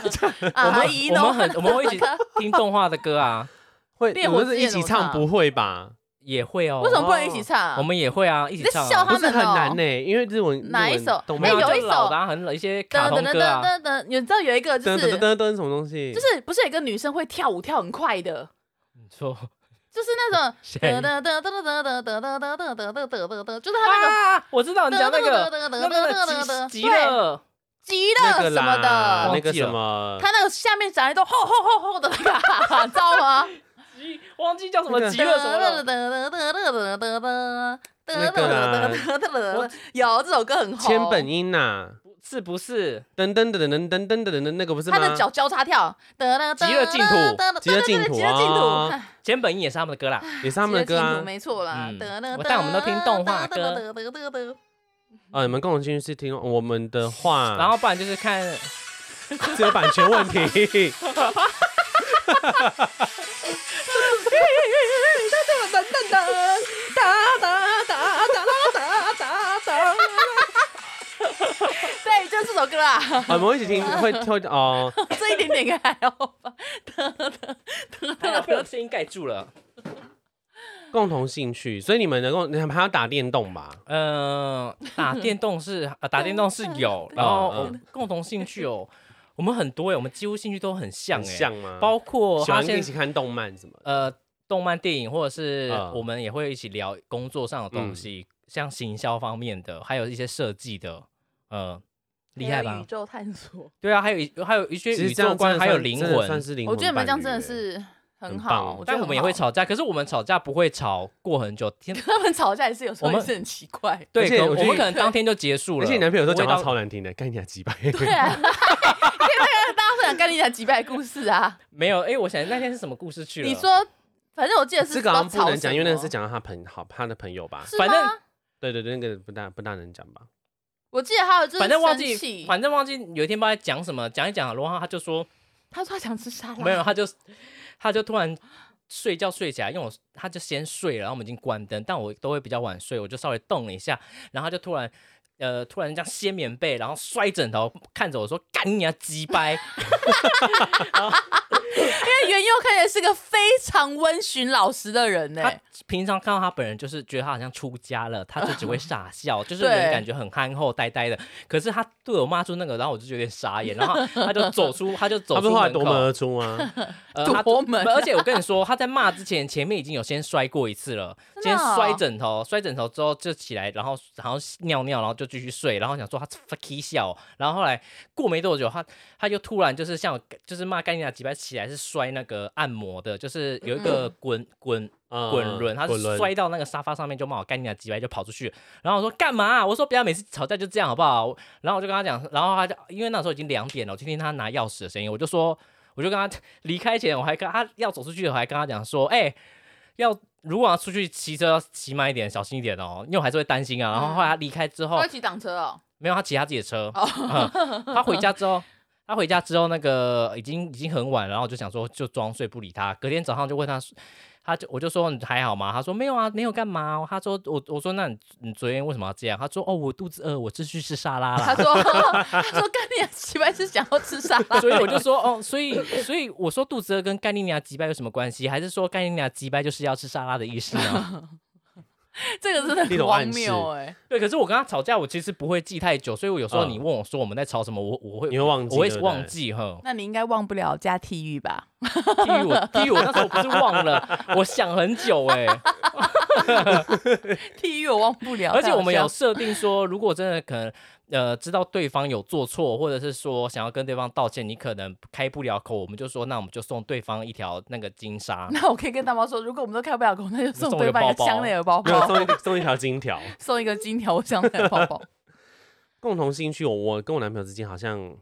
[SPEAKER 2] 阿姨哦
[SPEAKER 3] 我
[SPEAKER 2] 呢？
[SPEAKER 3] 们很我们会一起听动画的歌啊，
[SPEAKER 1] 会
[SPEAKER 2] 烈，
[SPEAKER 1] 我们
[SPEAKER 2] 火
[SPEAKER 1] 是
[SPEAKER 2] 之
[SPEAKER 1] 一
[SPEAKER 2] 焰
[SPEAKER 1] 起
[SPEAKER 2] 怎么唱
[SPEAKER 1] 唱不会吧？
[SPEAKER 3] 也会哦。
[SPEAKER 2] 为什么不能一起唱啊？
[SPEAKER 3] 我们也会啊，一起
[SPEAKER 2] 你在
[SPEAKER 3] 唱啊。
[SPEAKER 2] 笑他
[SPEAKER 1] 不
[SPEAKER 2] 们
[SPEAKER 1] 是很
[SPEAKER 2] 哦
[SPEAKER 1] 难呢、因为日文
[SPEAKER 2] 哪
[SPEAKER 1] 日
[SPEAKER 2] 一
[SPEAKER 1] 文
[SPEAKER 2] 首
[SPEAKER 1] 都
[SPEAKER 3] 没
[SPEAKER 1] 没
[SPEAKER 2] 哎
[SPEAKER 3] 有
[SPEAKER 1] 有
[SPEAKER 2] 有一
[SPEAKER 3] 就老
[SPEAKER 2] 首
[SPEAKER 3] 的啊很老一些卡
[SPEAKER 2] 噔
[SPEAKER 3] 通
[SPEAKER 2] 噔噔
[SPEAKER 3] 歌啊，
[SPEAKER 2] 噔噔，你知道有一个就
[SPEAKER 1] 噔
[SPEAKER 2] 是
[SPEAKER 1] 噔噔噔什么东西？
[SPEAKER 2] 就是不是有一个女生会跳舞跳很快的，
[SPEAKER 3] 你说
[SPEAKER 2] 就是那种
[SPEAKER 3] 谁
[SPEAKER 2] 噔噔噔噔噔噔噔噔噔噔噔噔噔噔，就是她那种
[SPEAKER 3] 啊？我知道你讲那个
[SPEAKER 2] 噔噔噔噔
[SPEAKER 3] 那
[SPEAKER 2] 噔噔
[SPEAKER 3] 个
[SPEAKER 2] 噔
[SPEAKER 3] 极极乐，
[SPEAKER 2] 极
[SPEAKER 1] 那
[SPEAKER 2] 乐
[SPEAKER 1] 个
[SPEAKER 2] 什么
[SPEAKER 1] 啦，
[SPEAKER 2] 的，
[SPEAKER 1] 那个
[SPEAKER 3] 忘记了
[SPEAKER 1] 什么，
[SPEAKER 2] 她那个下面长一都厚厚厚厚的那个，你知道吗？
[SPEAKER 3] 极忘记叫什
[SPEAKER 1] 那
[SPEAKER 3] 么
[SPEAKER 1] 个
[SPEAKER 3] 极乐什么
[SPEAKER 2] 噔噔
[SPEAKER 3] 了。
[SPEAKER 2] 噔噔噔噔噔。
[SPEAKER 1] 那个啦
[SPEAKER 2] 有这首歌很红，
[SPEAKER 1] 千本樱呐、
[SPEAKER 3] 是不是？
[SPEAKER 1] 噔噔噔噔噔噔噔噔，那个不是吗？
[SPEAKER 2] 他的脚交叉跳，极极极乐净土，
[SPEAKER 3] 简本樱也是他们的歌啦，
[SPEAKER 1] 也是他们的歌啊。
[SPEAKER 2] 没错啦。
[SPEAKER 3] 嗯我但我们都听动画歌。
[SPEAKER 1] 啊，你们共同兴趣是听我们的话，
[SPEAKER 3] 然后不然就是看
[SPEAKER 1] 是有版权问 题。
[SPEAKER 2] 对，就是这首歌啊，
[SPEAKER 1] 啊我们会一起听，会会哦。
[SPEAKER 2] 这一点点应该还好吧。
[SPEAKER 3] 哎呀被我声音盖住了。
[SPEAKER 1] 共同兴趣，所以你们能够，你们还要打电动吧？
[SPEAKER 3] 嗯，打电动是 呃打电动是 有，然
[SPEAKER 1] 哦
[SPEAKER 3] 后我们共同兴趣哦， 我们很多哎，我们几乎兴趣都很像
[SPEAKER 1] 很
[SPEAKER 3] 哎，
[SPEAKER 1] 像吗？
[SPEAKER 3] 包括
[SPEAKER 1] 喜
[SPEAKER 3] 他
[SPEAKER 1] 欢
[SPEAKER 3] 现
[SPEAKER 1] 一起看动漫什么的？
[SPEAKER 3] 呃动漫电影，或者是
[SPEAKER 1] 嗯
[SPEAKER 3] 我们也会一起聊工作上的东西，像行销方面的，还有一些设计的，呃，厉害吧
[SPEAKER 2] 宇？宙探索，
[SPEAKER 3] 对啊，还有一还有一些
[SPEAKER 1] 其
[SPEAKER 3] 宇
[SPEAKER 1] 实这
[SPEAKER 3] 宙
[SPEAKER 1] 样真
[SPEAKER 3] 观，
[SPEAKER 1] 的
[SPEAKER 3] 还有
[SPEAKER 1] 算
[SPEAKER 3] 灵
[SPEAKER 1] 真的算
[SPEAKER 3] 魂。
[SPEAKER 1] 是灵魂。
[SPEAKER 2] 我觉得你们这样真的，是很好。我觉
[SPEAKER 3] 但
[SPEAKER 2] 得
[SPEAKER 3] 我们也会，吵架，可是我们吵架不会吵过很久，天
[SPEAKER 2] 他们吵架也是有时候也是很奇怪。
[SPEAKER 3] 对，
[SPEAKER 1] 而且
[SPEAKER 3] 可能
[SPEAKER 1] 我
[SPEAKER 3] 我
[SPEAKER 1] 觉得
[SPEAKER 3] 们可能当天就结束
[SPEAKER 1] 而
[SPEAKER 3] 了。
[SPEAKER 1] 且你男朋友都
[SPEAKER 3] 不会
[SPEAKER 1] 讲话
[SPEAKER 3] 到
[SPEAKER 1] 超难听的，干你啊几百。
[SPEAKER 2] 对啊，大家分享跟你讲几百故事啊。
[SPEAKER 3] 没有，哎、我想那天是什么啊故事去了？
[SPEAKER 2] 你说，反正我记得是
[SPEAKER 1] 这个好像不能讲，因为那个是讲到他朋好他的朋友吧？
[SPEAKER 2] 是吗？
[SPEAKER 1] 对对对，那个不大不大能讲吧？
[SPEAKER 2] 我记得还有就是
[SPEAKER 3] 反正忘
[SPEAKER 2] 生
[SPEAKER 3] 记，
[SPEAKER 2] 气
[SPEAKER 3] 反正忘记有一天不知道在讲什么，讲一讲，然后他就说
[SPEAKER 2] 他说他想吃沙拉，
[SPEAKER 3] 没有，他就他就突然睡觉睡起来，因为我他就先睡了，然后我们已经关灯，但我都会比较晚睡，我就稍微动了一下，然后他就突然。呃，突然这样掀棉被，然后摔枕头，看着我说：“干你啊，鸡掰
[SPEAKER 2] 因为袁佑看起来是个非常温驯老实的人！”呢、
[SPEAKER 3] 他平常看到他本人，就是觉得他好像出家了，他就只会傻 笑，就是
[SPEAKER 2] 对
[SPEAKER 3] 人感觉很憨厚呆呆的。可是他对我骂出那个，然后我就有点傻眼，然后他就走出，他就走
[SPEAKER 1] 他
[SPEAKER 3] 出
[SPEAKER 1] 不是后来
[SPEAKER 3] 门
[SPEAKER 1] 夺
[SPEAKER 3] 口，
[SPEAKER 1] 门而 出吗？
[SPEAKER 3] 呃
[SPEAKER 2] 夺
[SPEAKER 3] 他就
[SPEAKER 2] 门
[SPEAKER 3] 不而且我跟你说，他在骂之前，前面已经有先摔过一次了，
[SPEAKER 2] 真
[SPEAKER 3] 先
[SPEAKER 2] 的哦
[SPEAKER 3] 摔枕头，摔枕头之后就起来，然后然后尿尿，然后就继续睡，然后想说他 fuck 笑哦，然后后来过没多久，他他就突然就是像我就是骂干净啊的几百起来是摔那个按摩的，就是有一个滚滚
[SPEAKER 1] 嗯
[SPEAKER 3] 滚轮，他
[SPEAKER 1] 滚
[SPEAKER 3] 是
[SPEAKER 1] 轮
[SPEAKER 3] 摔到那个沙发上面就骂我干你啊几百就跑出去，然后我说干嘛啊、我说不要每次吵架就这样好不好？然后我就跟他讲，然后他就因为那时候已经两点了，我听听他拿钥匙的声音，我就说，我就跟他离开前我还跟他要走出去，我还跟他讲说，哎、要如果要出去骑车要骑慢一点，小心一点哦，因为我还是会担心啊。然后后来他离开之后
[SPEAKER 2] 他，一起挡车哦，
[SPEAKER 3] 没有他骑他自己的车，
[SPEAKER 1] 哦
[SPEAKER 3] 嗯他回家之后。他回家之后，那个已经已经很晚，然后我就想说就装睡不理他。隔天早上就问他，他就我就说你还好吗？他说没有啊，没有干嘛、他说我我说那你你昨天为什么要这样？他说哦我肚子饿，我是去吃沙拉啦。
[SPEAKER 2] 他说他说干你啊，奇怪是想要吃沙拉，
[SPEAKER 3] 所以我就说，哦，所以所以我说肚子饿跟干尼尼亚击败有什么关系？还是说干尼尼亚击败就是要吃沙拉的意思呢？
[SPEAKER 2] 这个真的
[SPEAKER 1] 一
[SPEAKER 2] 很
[SPEAKER 1] 种
[SPEAKER 2] 荒
[SPEAKER 1] 暗示
[SPEAKER 2] 谬哎、
[SPEAKER 3] 对，可是我跟他吵架，我其实不会记太久，所以我有时候
[SPEAKER 1] 嗯
[SPEAKER 3] 你问我说我们在吵什么，我我会
[SPEAKER 1] 你会忘记，
[SPEAKER 3] 我会
[SPEAKER 1] 对不对
[SPEAKER 3] 忘。记哈。
[SPEAKER 2] 那你应该忘不了加体育吧？
[SPEAKER 3] 地狱我地狱我那时候不是忘了，我想很久哎、
[SPEAKER 2] 体育我忘不 了，
[SPEAKER 3] 而且
[SPEAKER 2] 太好
[SPEAKER 3] 我们
[SPEAKER 2] 笑。
[SPEAKER 3] 有设定说，如果真的可能呃知道对方有做错，或者是说想要跟对方道歉，你可能开不了口，我们就说那我们就送对方一条那个金沙
[SPEAKER 2] 那我可以跟大猫说，如果我们都开不了口，那就送
[SPEAKER 3] 送一
[SPEAKER 2] 对
[SPEAKER 3] 个
[SPEAKER 2] 方一
[SPEAKER 3] 包
[SPEAKER 2] 个
[SPEAKER 3] 包
[SPEAKER 2] 香奈儿包
[SPEAKER 1] 没有
[SPEAKER 2] 包，
[SPEAKER 1] 送一个送一条金条，
[SPEAKER 2] 送一个金条香奈儿包 包。
[SPEAKER 1] 共同兴趣，我我跟我男朋友之间好像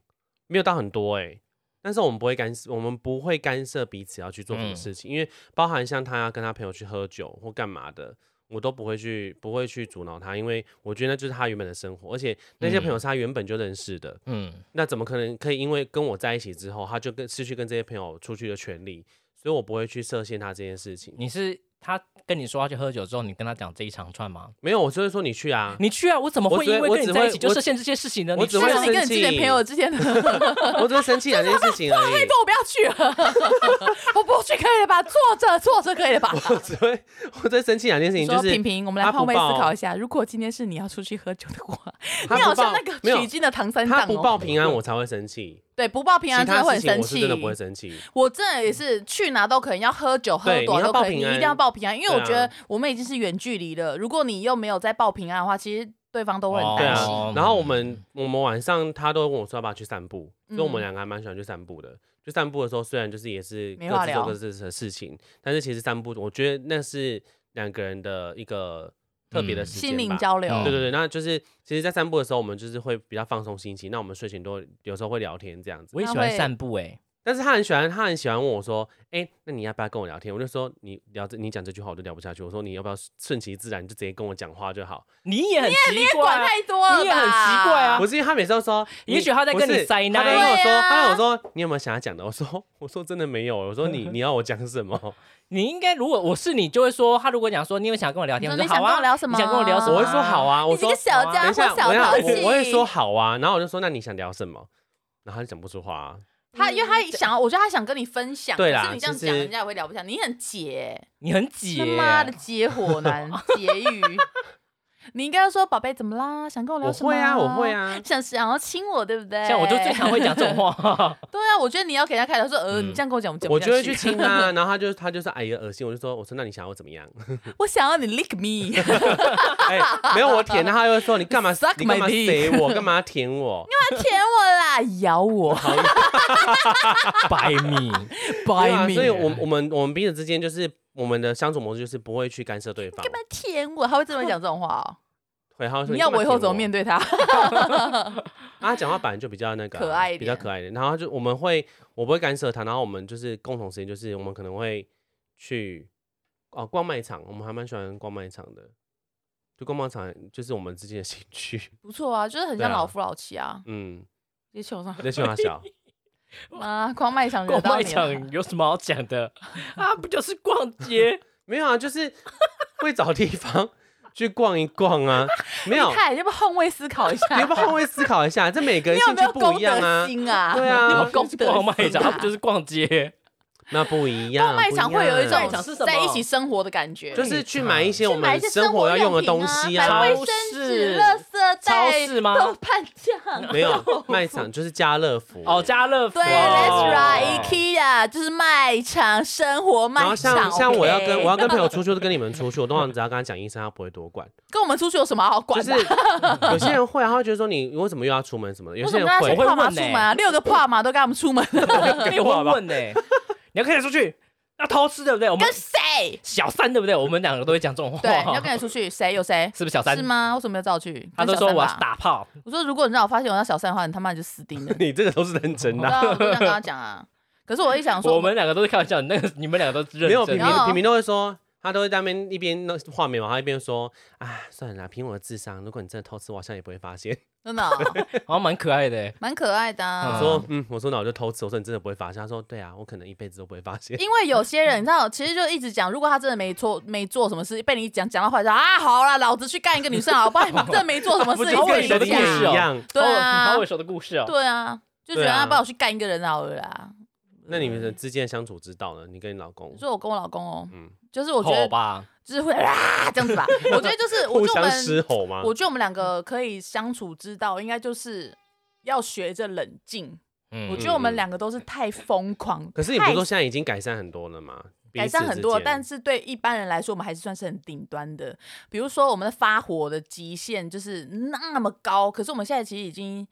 [SPEAKER 1] 没有到很多哎、但是我们不会干涉，我们不会干涉彼此要去做什么
[SPEAKER 3] 嗯
[SPEAKER 1] 事情，因为包含像他跟他朋友去喝酒或干嘛的，我都不会去不会去阻挠他，因为我觉得那就是他原本的生活，而且那些朋友是他原本就认识的，
[SPEAKER 3] 嗯，
[SPEAKER 1] 那怎么可能可以因为跟我在一起之后，他就跟失去跟这些朋友出去的权利？所以我不会去设限他这件事情。
[SPEAKER 3] 你是他跟你说要去喝酒之后，你跟他讲这一长串吗？
[SPEAKER 1] 没有，我就是说你去 啊，
[SPEAKER 3] 你去啊，我怎么
[SPEAKER 1] 我
[SPEAKER 3] 会
[SPEAKER 1] 只
[SPEAKER 3] 因为
[SPEAKER 1] 我
[SPEAKER 3] 跟你
[SPEAKER 1] 只
[SPEAKER 3] 在一
[SPEAKER 1] 会
[SPEAKER 3] 起就
[SPEAKER 1] 我
[SPEAKER 3] 设限这些事情呢？
[SPEAKER 1] 我
[SPEAKER 3] 你
[SPEAKER 1] 只
[SPEAKER 3] 去
[SPEAKER 1] 会
[SPEAKER 2] 但
[SPEAKER 3] 啊
[SPEAKER 2] 是你跟你
[SPEAKER 1] 生
[SPEAKER 2] 之前
[SPEAKER 1] 气
[SPEAKER 2] 朋友之间的，
[SPEAKER 1] 我只是生气两件事情而已。
[SPEAKER 2] 我不要去了，我不去可以了吧？坐着坐着可以了吧？
[SPEAKER 1] 我只会，我只生气两件事情，就
[SPEAKER 2] 说
[SPEAKER 1] 是
[SPEAKER 2] 平平，我们来
[SPEAKER 1] 他不
[SPEAKER 2] 换位思
[SPEAKER 1] 报
[SPEAKER 2] 考一下，如果今天是你要出去喝酒的话，
[SPEAKER 1] 他
[SPEAKER 2] 你好
[SPEAKER 1] 不
[SPEAKER 2] 像
[SPEAKER 1] 报
[SPEAKER 2] 那个
[SPEAKER 1] 没有
[SPEAKER 2] 取经的唐三藏
[SPEAKER 1] 他不报
[SPEAKER 2] 哦，
[SPEAKER 1] 平安，我才会生气。
[SPEAKER 2] 对，不报平安
[SPEAKER 1] 其
[SPEAKER 2] 真的
[SPEAKER 1] 他
[SPEAKER 2] 会
[SPEAKER 1] 事
[SPEAKER 2] 很生
[SPEAKER 1] 情我是
[SPEAKER 2] 气，
[SPEAKER 1] 真的不会生气。
[SPEAKER 2] 我真的也是去哪都可以，你要喝酒喝
[SPEAKER 1] 对
[SPEAKER 2] 多
[SPEAKER 1] 你
[SPEAKER 2] 少
[SPEAKER 1] 要
[SPEAKER 2] 都可
[SPEAKER 1] 报
[SPEAKER 2] 以，
[SPEAKER 1] 平
[SPEAKER 2] 你一定
[SPEAKER 1] 安
[SPEAKER 2] 要报平安，因为我
[SPEAKER 1] 对啊
[SPEAKER 2] 觉得我们已经是远距离了，如果你又没有在报平安的话，其实对方都会很
[SPEAKER 1] 对
[SPEAKER 2] 担
[SPEAKER 1] 啊
[SPEAKER 2] 心。
[SPEAKER 3] 哦
[SPEAKER 1] 然后我们我们晚上他都问我说要不要去散步，
[SPEAKER 2] 嗯
[SPEAKER 1] 所以我们两个还蛮喜欢去散步的。就散步的时候，虽然就是也是
[SPEAKER 2] 没
[SPEAKER 1] 各
[SPEAKER 2] 话
[SPEAKER 1] 自
[SPEAKER 2] 聊
[SPEAKER 1] 做各自的事情，但是其实散步，我觉得那是两个人的一个特别的
[SPEAKER 3] 嗯
[SPEAKER 1] 时间吧。
[SPEAKER 2] 心灵交流，
[SPEAKER 3] 嗯
[SPEAKER 1] 对对对，那就是其实，在散步的时候，我们就是会比较放松心情。那我们睡前都会有时候会聊天这样子
[SPEAKER 3] 我，也喜
[SPEAKER 2] 他
[SPEAKER 3] 欢
[SPEAKER 2] 会
[SPEAKER 3] 散步哎、
[SPEAKER 1] 但是他很喜欢，他很喜欢问我说：“哎、那你要不要跟我聊天？”我就说：“你聊这，你讲这句话我就聊不下去。”我说：“你要不要顺其自然，你就直接跟我讲话就好。
[SPEAKER 3] 你也很奇怪
[SPEAKER 2] 管
[SPEAKER 3] 啊、
[SPEAKER 2] 太多了吧，
[SPEAKER 3] 你也很奇怪啊
[SPEAKER 1] 不是因为他每次都说，
[SPEAKER 3] 也许他在 跟你
[SPEAKER 1] 不是
[SPEAKER 3] 塞奶
[SPEAKER 1] 他都跟我说，
[SPEAKER 2] 对啊
[SPEAKER 1] 他跟我说你有没有想要讲的？我说我说真的没有。我说
[SPEAKER 3] 嗯
[SPEAKER 1] 你你要我讲 什么？
[SPEAKER 3] 你应该如果我是你，就会说他如果讲说你有想跟我聊天，
[SPEAKER 2] 你
[SPEAKER 3] 我
[SPEAKER 2] 说
[SPEAKER 3] 说
[SPEAKER 2] 你
[SPEAKER 3] 好
[SPEAKER 2] 想跟
[SPEAKER 3] 啊，
[SPEAKER 2] 我聊什么
[SPEAKER 3] 你想跟我聊什么？
[SPEAKER 1] 我会说好，啊，我
[SPEAKER 2] 你这
[SPEAKER 1] 说
[SPEAKER 2] 个小
[SPEAKER 3] 好啊
[SPEAKER 2] 家伙
[SPEAKER 1] 等一下，
[SPEAKER 2] 小
[SPEAKER 1] 我要
[SPEAKER 2] 淘
[SPEAKER 1] 我
[SPEAKER 2] 气，
[SPEAKER 1] 我会说好啊，然后我就说那你想聊什么？然后他就讲不出话、啊，
[SPEAKER 2] 他，因为他想要，我觉得他想跟你分享，
[SPEAKER 1] 对
[SPEAKER 2] 可
[SPEAKER 1] 啦
[SPEAKER 2] 是你这样
[SPEAKER 1] 其
[SPEAKER 2] 讲，
[SPEAKER 1] 实
[SPEAKER 2] 人家也会聊不下。你很解，
[SPEAKER 3] 你很挤、
[SPEAKER 2] 他妈的解火男，解语。你应该说宝贝怎么啦？想跟我聊
[SPEAKER 1] 我
[SPEAKER 2] 什么？
[SPEAKER 1] 会啊，我会。啊。
[SPEAKER 2] 想想要亲我，对不对？
[SPEAKER 3] 像我就最常会讲这种 话，
[SPEAKER 2] 对啊，我觉得你要给他开头说，呃，
[SPEAKER 3] 嗯
[SPEAKER 2] 你这样跟我讲，我讲不
[SPEAKER 1] 我就
[SPEAKER 2] 下
[SPEAKER 1] 会去 亲啊，然后他就他就说哎呀恶心，我就说我说那你想要我怎么样？
[SPEAKER 2] 我想要你 lick me，因为
[SPEAKER 1] 哎、没有我舔他，他就会说你干嘛
[SPEAKER 2] Suck
[SPEAKER 1] 你干嘛
[SPEAKER 2] my dick
[SPEAKER 1] 塞我，干嘛 舔我？
[SPEAKER 2] 他舔我啦，咬我
[SPEAKER 3] 白 米，
[SPEAKER 1] 对
[SPEAKER 2] ，by
[SPEAKER 1] 啊，
[SPEAKER 2] me，
[SPEAKER 1] 所以我我们我们彼此之间就是我们的相处模式就是不会去干涉对方
[SPEAKER 2] 干。嘛舔我？他会这么讲这种话哦？
[SPEAKER 1] 对，他会说
[SPEAKER 2] 你要我以后怎么
[SPEAKER 1] 面？
[SPEAKER 2] 面对他？
[SPEAKER 1] 啊，他讲话本来就比较那个啊、
[SPEAKER 2] 可爱一
[SPEAKER 1] 比较
[SPEAKER 2] 点
[SPEAKER 1] 可爱一点。然后他就我们会，我不会干涉他，然后我们就是共同时间，就是我们可能会去哦逛卖场，我们还蛮喜欢逛卖场的。就逛卖场就是我们之间的兴趣，
[SPEAKER 2] 不错啊，就是很
[SPEAKER 1] 对
[SPEAKER 2] 像
[SPEAKER 1] 啊
[SPEAKER 2] 老夫老妻啊，
[SPEAKER 1] 嗯，
[SPEAKER 2] 也球上
[SPEAKER 1] 在喜欢小，
[SPEAKER 2] 啊，逛卖场惹
[SPEAKER 3] 逛
[SPEAKER 2] 到
[SPEAKER 3] 卖
[SPEAKER 2] 你了
[SPEAKER 3] 场有什么好讲的？啊，不就是逛 街？
[SPEAKER 1] 没有啊，就是会找地方去逛一逛啊，没有，
[SPEAKER 2] 看，要不要换位思考一下？
[SPEAKER 1] 你要不要换位思考一下？这每个人
[SPEAKER 2] 你有
[SPEAKER 1] 兴
[SPEAKER 2] 没
[SPEAKER 1] 趣
[SPEAKER 2] 有
[SPEAKER 1] 不
[SPEAKER 2] 公
[SPEAKER 1] 一样
[SPEAKER 2] 德
[SPEAKER 1] 啊，
[SPEAKER 2] 心啊？
[SPEAKER 1] 对
[SPEAKER 2] 你有没
[SPEAKER 1] 啊
[SPEAKER 2] 有公德心啊
[SPEAKER 3] 逛卖 场，它不就是逛街？
[SPEAKER 1] 那不一样，
[SPEAKER 2] 逛卖
[SPEAKER 1] 不
[SPEAKER 2] 场
[SPEAKER 1] 一
[SPEAKER 2] 会有一
[SPEAKER 1] 样
[SPEAKER 2] 种
[SPEAKER 3] 卖场是什么
[SPEAKER 2] 在一起生活的感觉，
[SPEAKER 1] 就是去买一些
[SPEAKER 2] 去
[SPEAKER 1] 我
[SPEAKER 2] 买一
[SPEAKER 1] 们
[SPEAKER 2] 些
[SPEAKER 1] 生活要用的
[SPEAKER 2] 用
[SPEAKER 1] 东
[SPEAKER 2] 品
[SPEAKER 1] 西
[SPEAKER 2] 啊，
[SPEAKER 1] 啊，
[SPEAKER 2] 买卫
[SPEAKER 3] 超
[SPEAKER 2] 生纸、
[SPEAKER 3] 市
[SPEAKER 2] 垃圾袋、
[SPEAKER 3] 超市吗
[SPEAKER 2] 豆瓣酱。
[SPEAKER 1] 没有卖场就是家乐福欸
[SPEAKER 3] 哦，家乐福
[SPEAKER 2] 对，Let's
[SPEAKER 3] 哦
[SPEAKER 2] right IKEA 就是卖场生活卖
[SPEAKER 1] 然后
[SPEAKER 2] 场。
[SPEAKER 1] 像像我要跟
[SPEAKER 2] OK
[SPEAKER 1] 我要跟朋友出去，就跟你们出去，我通常只要跟他讲一声，他不会多管。
[SPEAKER 2] 跟我们出去有什么好
[SPEAKER 1] 就
[SPEAKER 2] 管
[SPEAKER 1] 是
[SPEAKER 2] 的？
[SPEAKER 1] 有些人会啊，他会觉得说你为什么又要出门什么的，有
[SPEAKER 2] 为
[SPEAKER 1] 些
[SPEAKER 2] 什么
[SPEAKER 1] 人
[SPEAKER 2] 跟他
[SPEAKER 1] 会
[SPEAKER 2] 说
[SPEAKER 3] 我会
[SPEAKER 2] 跨马
[SPEAKER 3] 问
[SPEAKER 2] 出
[SPEAKER 3] 欸
[SPEAKER 2] 门啊？六个跨马都跟他们 出门，
[SPEAKER 3] 可以问哎问呢、欸你要跟谁出去？要偷吃对不对？我们
[SPEAKER 2] 跟谁？
[SPEAKER 3] 小三对不对？我们两个都会讲这种话，
[SPEAKER 2] 对，你要跟谁出去？谁有谁？
[SPEAKER 3] 是不是小三
[SPEAKER 2] 是？吗？为什么要找我去？
[SPEAKER 3] 他
[SPEAKER 2] 跟
[SPEAKER 3] 都
[SPEAKER 2] 小
[SPEAKER 3] 说
[SPEAKER 2] 三
[SPEAKER 3] 我要
[SPEAKER 2] 吧
[SPEAKER 3] 打炮，
[SPEAKER 2] 我说，如果你让我发现我那小三的话，你他妈就死定了
[SPEAKER 1] 。你这个都是认真的
[SPEAKER 2] 对
[SPEAKER 1] 啊。
[SPEAKER 2] 啊，我都这样跟他讲啊。可是我一想说，
[SPEAKER 3] 我们两个都是开玩笑，那个你们两个都是认
[SPEAKER 1] 没有
[SPEAKER 3] 真
[SPEAKER 1] 平
[SPEAKER 3] 的
[SPEAKER 2] 然后
[SPEAKER 1] 平平平都会说，他都会在那边一边那画眉毛，他一边说，哎，算了啦，凭我的智商，如果你真的偷吃，我好像也不会发现。
[SPEAKER 2] 真的哦
[SPEAKER 3] 好像蛮可爱的欸、
[SPEAKER 2] 蛮可爱的
[SPEAKER 3] 嗯
[SPEAKER 2] 啊
[SPEAKER 1] 我。说嗯，我说那我就偷吃，我说你真的不会发现。他说对啊，我可能一辈子都不会发现。
[SPEAKER 2] 因为有些人，你知道，其实就一直讲，如果他真的没错，没做什么事，被你讲讲到坏，说啊，好啦，老子去干一个女生好，不然真的没做什 么事，
[SPEAKER 3] 不是
[SPEAKER 2] 你
[SPEAKER 3] 好
[SPEAKER 2] 自
[SPEAKER 3] 猥
[SPEAKER 2] 己
[SPEAKER 3] 琐的
[SPEAKER 1] 跟你
[SPEAKER 3] 故事
[SPEAKER 2] 讲
[SPEAKER 3] 哦
[SPEAKER 1] 一样，
[SPEAKER 2] 对啊
[SPEAKER 3] 好耳熟的故事哦。
[SPEAKER 2] 对啊，就觉得
[SPEAKER 1] 对啊
[SPEAKER 2] 他帮我去干一个人好了啦，
[SPEAKER 1] 那你们的之间的相处之道呢？你跟你老公
[SPEAKER 2] 你，嗯说我跟我老公哦，
[SPEAKER 1] 嗯，
[SPEAKER 2] 就是我觉
[SPEAKER 3] 吼
[SPEAKER 2] 得
[SPEAKER 3] 吧，
[SPEAKER 2] 就是会啊这样 子吧。我觉得就是，我
[SPEAKER 1] 互
[SPEAKER 2] 觉得我
[SPEAKER 1] 相嗯嘶
[SPEAKER 2] 们，
[SPEAKER 1] 吼吗？
[SPEAKER 2] 我觉得我们两个可以相处之道，应该就是要学着冷静。
[SPEAKER 3] 嗯
[SPEAKER 2] 我觉得我们两个都是太疯狂，
[SPEAKER 1] 可是你不是
[SPEAKER 2] 太
[SPEAKER 1] 说现在已经改善很多了吗？彼
[SPEAKER 2] 改善
[SPEAKER 1] 此
[SPEAKER 2] 很
[SPEAKER 1] 之
[SPEAKER 2] 多，
[SPEAKER 1] 间
[SPEAKER 2] 但是对一般人来说，我们还是算是很顶端的。比如说，我们的发火的极限就是那么高，可是我们现在其实已经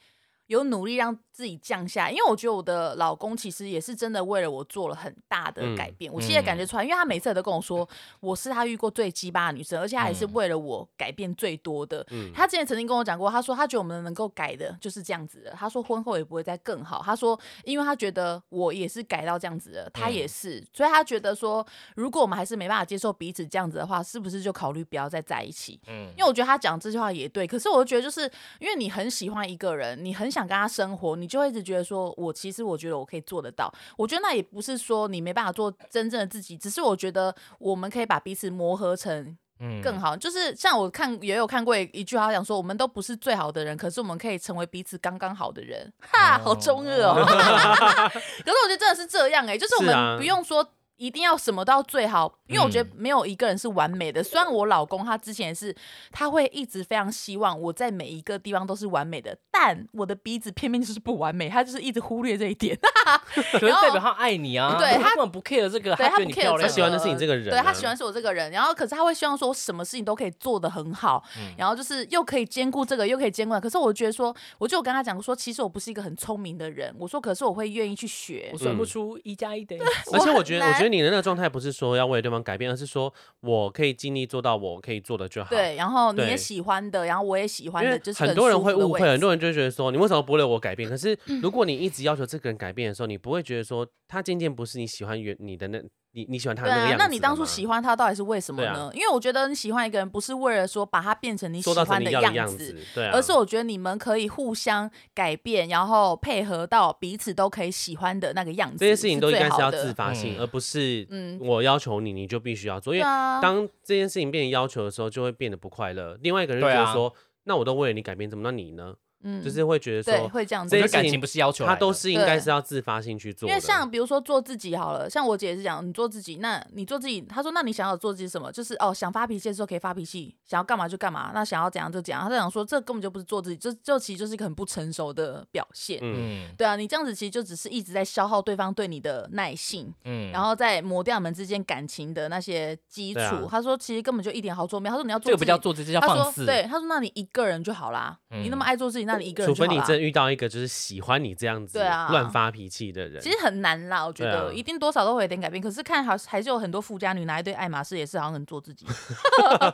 [SPEAKER 2] 有努力让自己降下来，因为我觉得我的老公其实也是真的为了我做了很大的改变，我现在感觉出来，因为他每次都跟我说我是他遇过最鸡巴的女生，而且他也是为了我改变最多的。他之前曾经跟我讲过，他说他觉得我们能够改的就是这样子的，他说婚后也不会再更好，他说因为他觉得我也是改到这样子的，他也是，所以他觉得说如果我们还是没办法接受彼此这样子的话，是不是就考虑不要再在一起？
[SPEAKER 3] 嗯
[SPEAKER 2] 因为我觉得他讲这句话也对，可是我就觉得就是因为你很喜欢一个人，你很想跟他生活，你就会一直觉得说，我其实我觉得我可以做得到。我觉得那也不是说你没办法做真正的自己，只是我觉得我们可以把彼此磨合成
[SPEAKER 3] 嗯
[SPEAKER 2] 更好。就是像我看也有看过一句话，他讲说我们都不是最好的人，可是我们可以成为彼此刚刚好的人。哈，好中二哦。 可是我觉得真的是这样哎、就是我
[SPEAKER 1] 是啊
[SPEAKER 2] 们不用说。一定要什么都要最好，因为我觉得
[SPEAKER 3] 嗯
[SPEAKER 2] 没有一个人是完美的。虽然我老公他之前也是，他会一直非常希望我在每一个地方都是完美的，但我的鼻子偏偏就是不完美，他就是一直忽略这一点。
[SPEAKER 3] 可是代表他爱你啊，
[SPEAKER 2] 对
[SPEAKER 3] 他
[SPEAKER 2] 他
[SPEAKER 3] 根本不 care 这个，
[SPEAKER 2] 对
[SPEAKER 3] 觉
[SPEAKER 2] 他
[SPEAKER 3] 得
[SPEAKER 2] 不
[SPEAKER 3] 你
[SPEAKER 2] care
[SPEAKER 3] 漂亮
[SPEAKER 2] 这
[SPEAKER 3] 啊
[SPEAKER 1] 他
[SPEAKER 2] 个，
[SPEAKER 1] 喜欢的是你这个人
[SPEAKER 2] 呃对他
[SPEAKER 1] 啊
[SPEAKER 2] 喜欢是我这个人，然后可是他会希望说我什么事情都可以做得很好，
[SPEAKER 1] 嗯
[SPEAKER 2] 然后就是又可以兼顾这个，又可以兼顾那个。可是我觉得说，我就有跟他讲说，其实我不是一个很聪明的人，我说可是我会愿意去学
[SPEAKER 3] 我。算不出一加一等于几。
[SPEAKER 1] 而且
[SPEAKER 2] 我
[SPEAKER 1] 我
[SPEAKER 2] 很
[SPEAKER 1] 觉得，我
[SPEAKER 2] 难
[SPEAKER 1] 觉得你的那个状态不是说要为对方改变，而是说我可以尽力做到我可以做的就好。，
[SPEAKER 2] 对，然哦后你
[SPEAKER 1] 对
[SPEAKER 2] 也喜欢的，然后我也喜欢
[SPEAKER 1] 因
[SPEAKER 2] 的，
[SPEAKER 1] 为
[SPEAKER 2] 就是
[SPEAKER 1] 很多人
[SPEAKER 2] 舒服
[SPEAKER 1] 会
[SPEAKER 2] 的
[SPEAKER 1] 误
[SPEAKER 2] 位
[SPEAKER 1] 会，很
[SPEAKER 2] 置
[SPEAKER 1] 多人就会觉得说你为什么不为我改变？可是 如果你一直要求这个人改变的时候，你不会觉得说他渐渐不是你喜欢原你的那你你喜欢他的
[SPEAKER 2] 对
[SPEAKER 1] 那个
[SPEAKER 2] 啊
[SPEAKER 1] 样子，了吗。
[SPEAKER 2] 那你当初喜欢他到底是为什么
[SPEAKER 1] 对啊
[SPEAKER 2] 呢？因为我觉得你喜欢一个人不是为了说把他变成你喜
[SPEAKER 1] 做到成
[SPEAKER 2] 欢
[SPEAKER 1] 你
[SPEAKER 2] 的
[SPEAKER 1] 要
[SPEAKER 2] 样
[SPEAKER 1] 样
[SPEAKER 2] 子，，
[SPEAKER 1] 对啊，
[SPEAKER 2] 而是我觉得你们可以互相改变，然后配合到彼此都可以喜欢的那个样子。
[SPEAKER 1] 这些事情都应该
[SPEAKER 2] 是
[SPEAKER 1] 是
[SPEAKER 2] 最
[SPEAKER 1] 要
[SPEAKER 2] 好
[SPEAKER 1] 自
[SPEAKER 2] 的。
[SPEAKER 1] 发性，
[SPEAKER 3] 嗯
[SPEAKER 1] 而不是
[SPEAKER 2] 嗯
[SPEAKER 1] 我要求你，你就必须要做。因
[SPEAKER 2] 对
[SPEAKER 1] 为
[SPEAKER 2] 啊，
[SPEAKER 1] 当这件事情变成要求的时候，就会变得不快乐。另外一个人就
[SPEAKER 3] 对
[SPEAKER 1] 觉
[SPEAKER 3] 啊
[SPEAKER 1] 得说，那我都为了你改变，怎么那你呢？
[SPEAKER 2] 嗯
[SPEAKER 1] 就是会觉得
[SPEAKER 2] 对
[SPEAKER 1] 说，
[SPEAKER 2] 会这样子
[SPEAKER 1] 这
[SPEAKER 3] 我觉得
[SPEAKER 1] 些事情
[SPEAKER 3] 感情不是要求来的，
[SPEAKER 1] 他都是应该
[SPEAKER 2] 对
[SPEAKER 1] 是要自发性去做
[SPEAKER 2] 因
[SPEAKER 1] 的。
[SPEAKER 2] 为像比如说做自己好了，像我姐也是讲，你做自己，那你做自己，她说那你想要做自己什么？就是哦，想发脾气的时候可以发脾气，想要干嘛就干嘛，那想要怎样就怎样。她在讲说，这根本就不是做自己，这这其实就是一个很不成熟的表现。
[SPEAKER 1] 嗯，
[SPEAKER 3] 嗯
[SPEAKER 2] 对啊，你这样子其实就只是一直在消耗对方对你的耐性，
[SPEAKER 3] 嗯
[SPEAKER 2] 然后再磨掉你们之间感情的那些基础。
[SPEAKER 1] 对啊
[SPEAKER 2] 他说其实根本就一点好处没有。他说你要做
[SPEAKER 3] 这个不叫
[SPEAKER 2] 自己
[SPEAKER 3] 做自己，这叫
[SPEAKER 2] 他
[SPEAKER 3] 放
[SPEAKER 2] 说
[SPEAKER 3] 肆。
[SPEAKER 2] 对，他说那你一个人就好啦，你那么爱做自己，那你一个
[SPEAKER 1] 嗯除
[SPEAKER 2] 人就
[SPEAKER 1] 非
[SPEAKER 2] 好
[SPEAKER 1] 你
[SPEAKER 2] 啦。
[SPEAKER 1] 真遇到一个就是喜欢你这样子
[SPEAKER 2] 对啊
[SPEAKER 1] 乱发脾气的人，
[SPEAKER 2] 其实很难啦，我觉
[SPEAKER 1] 对啊
[SPEAKER 2] 得、一定多少都会有点改变。可是看好还是有很多富家女拿一堆爱马仕，也是好像很做 自己。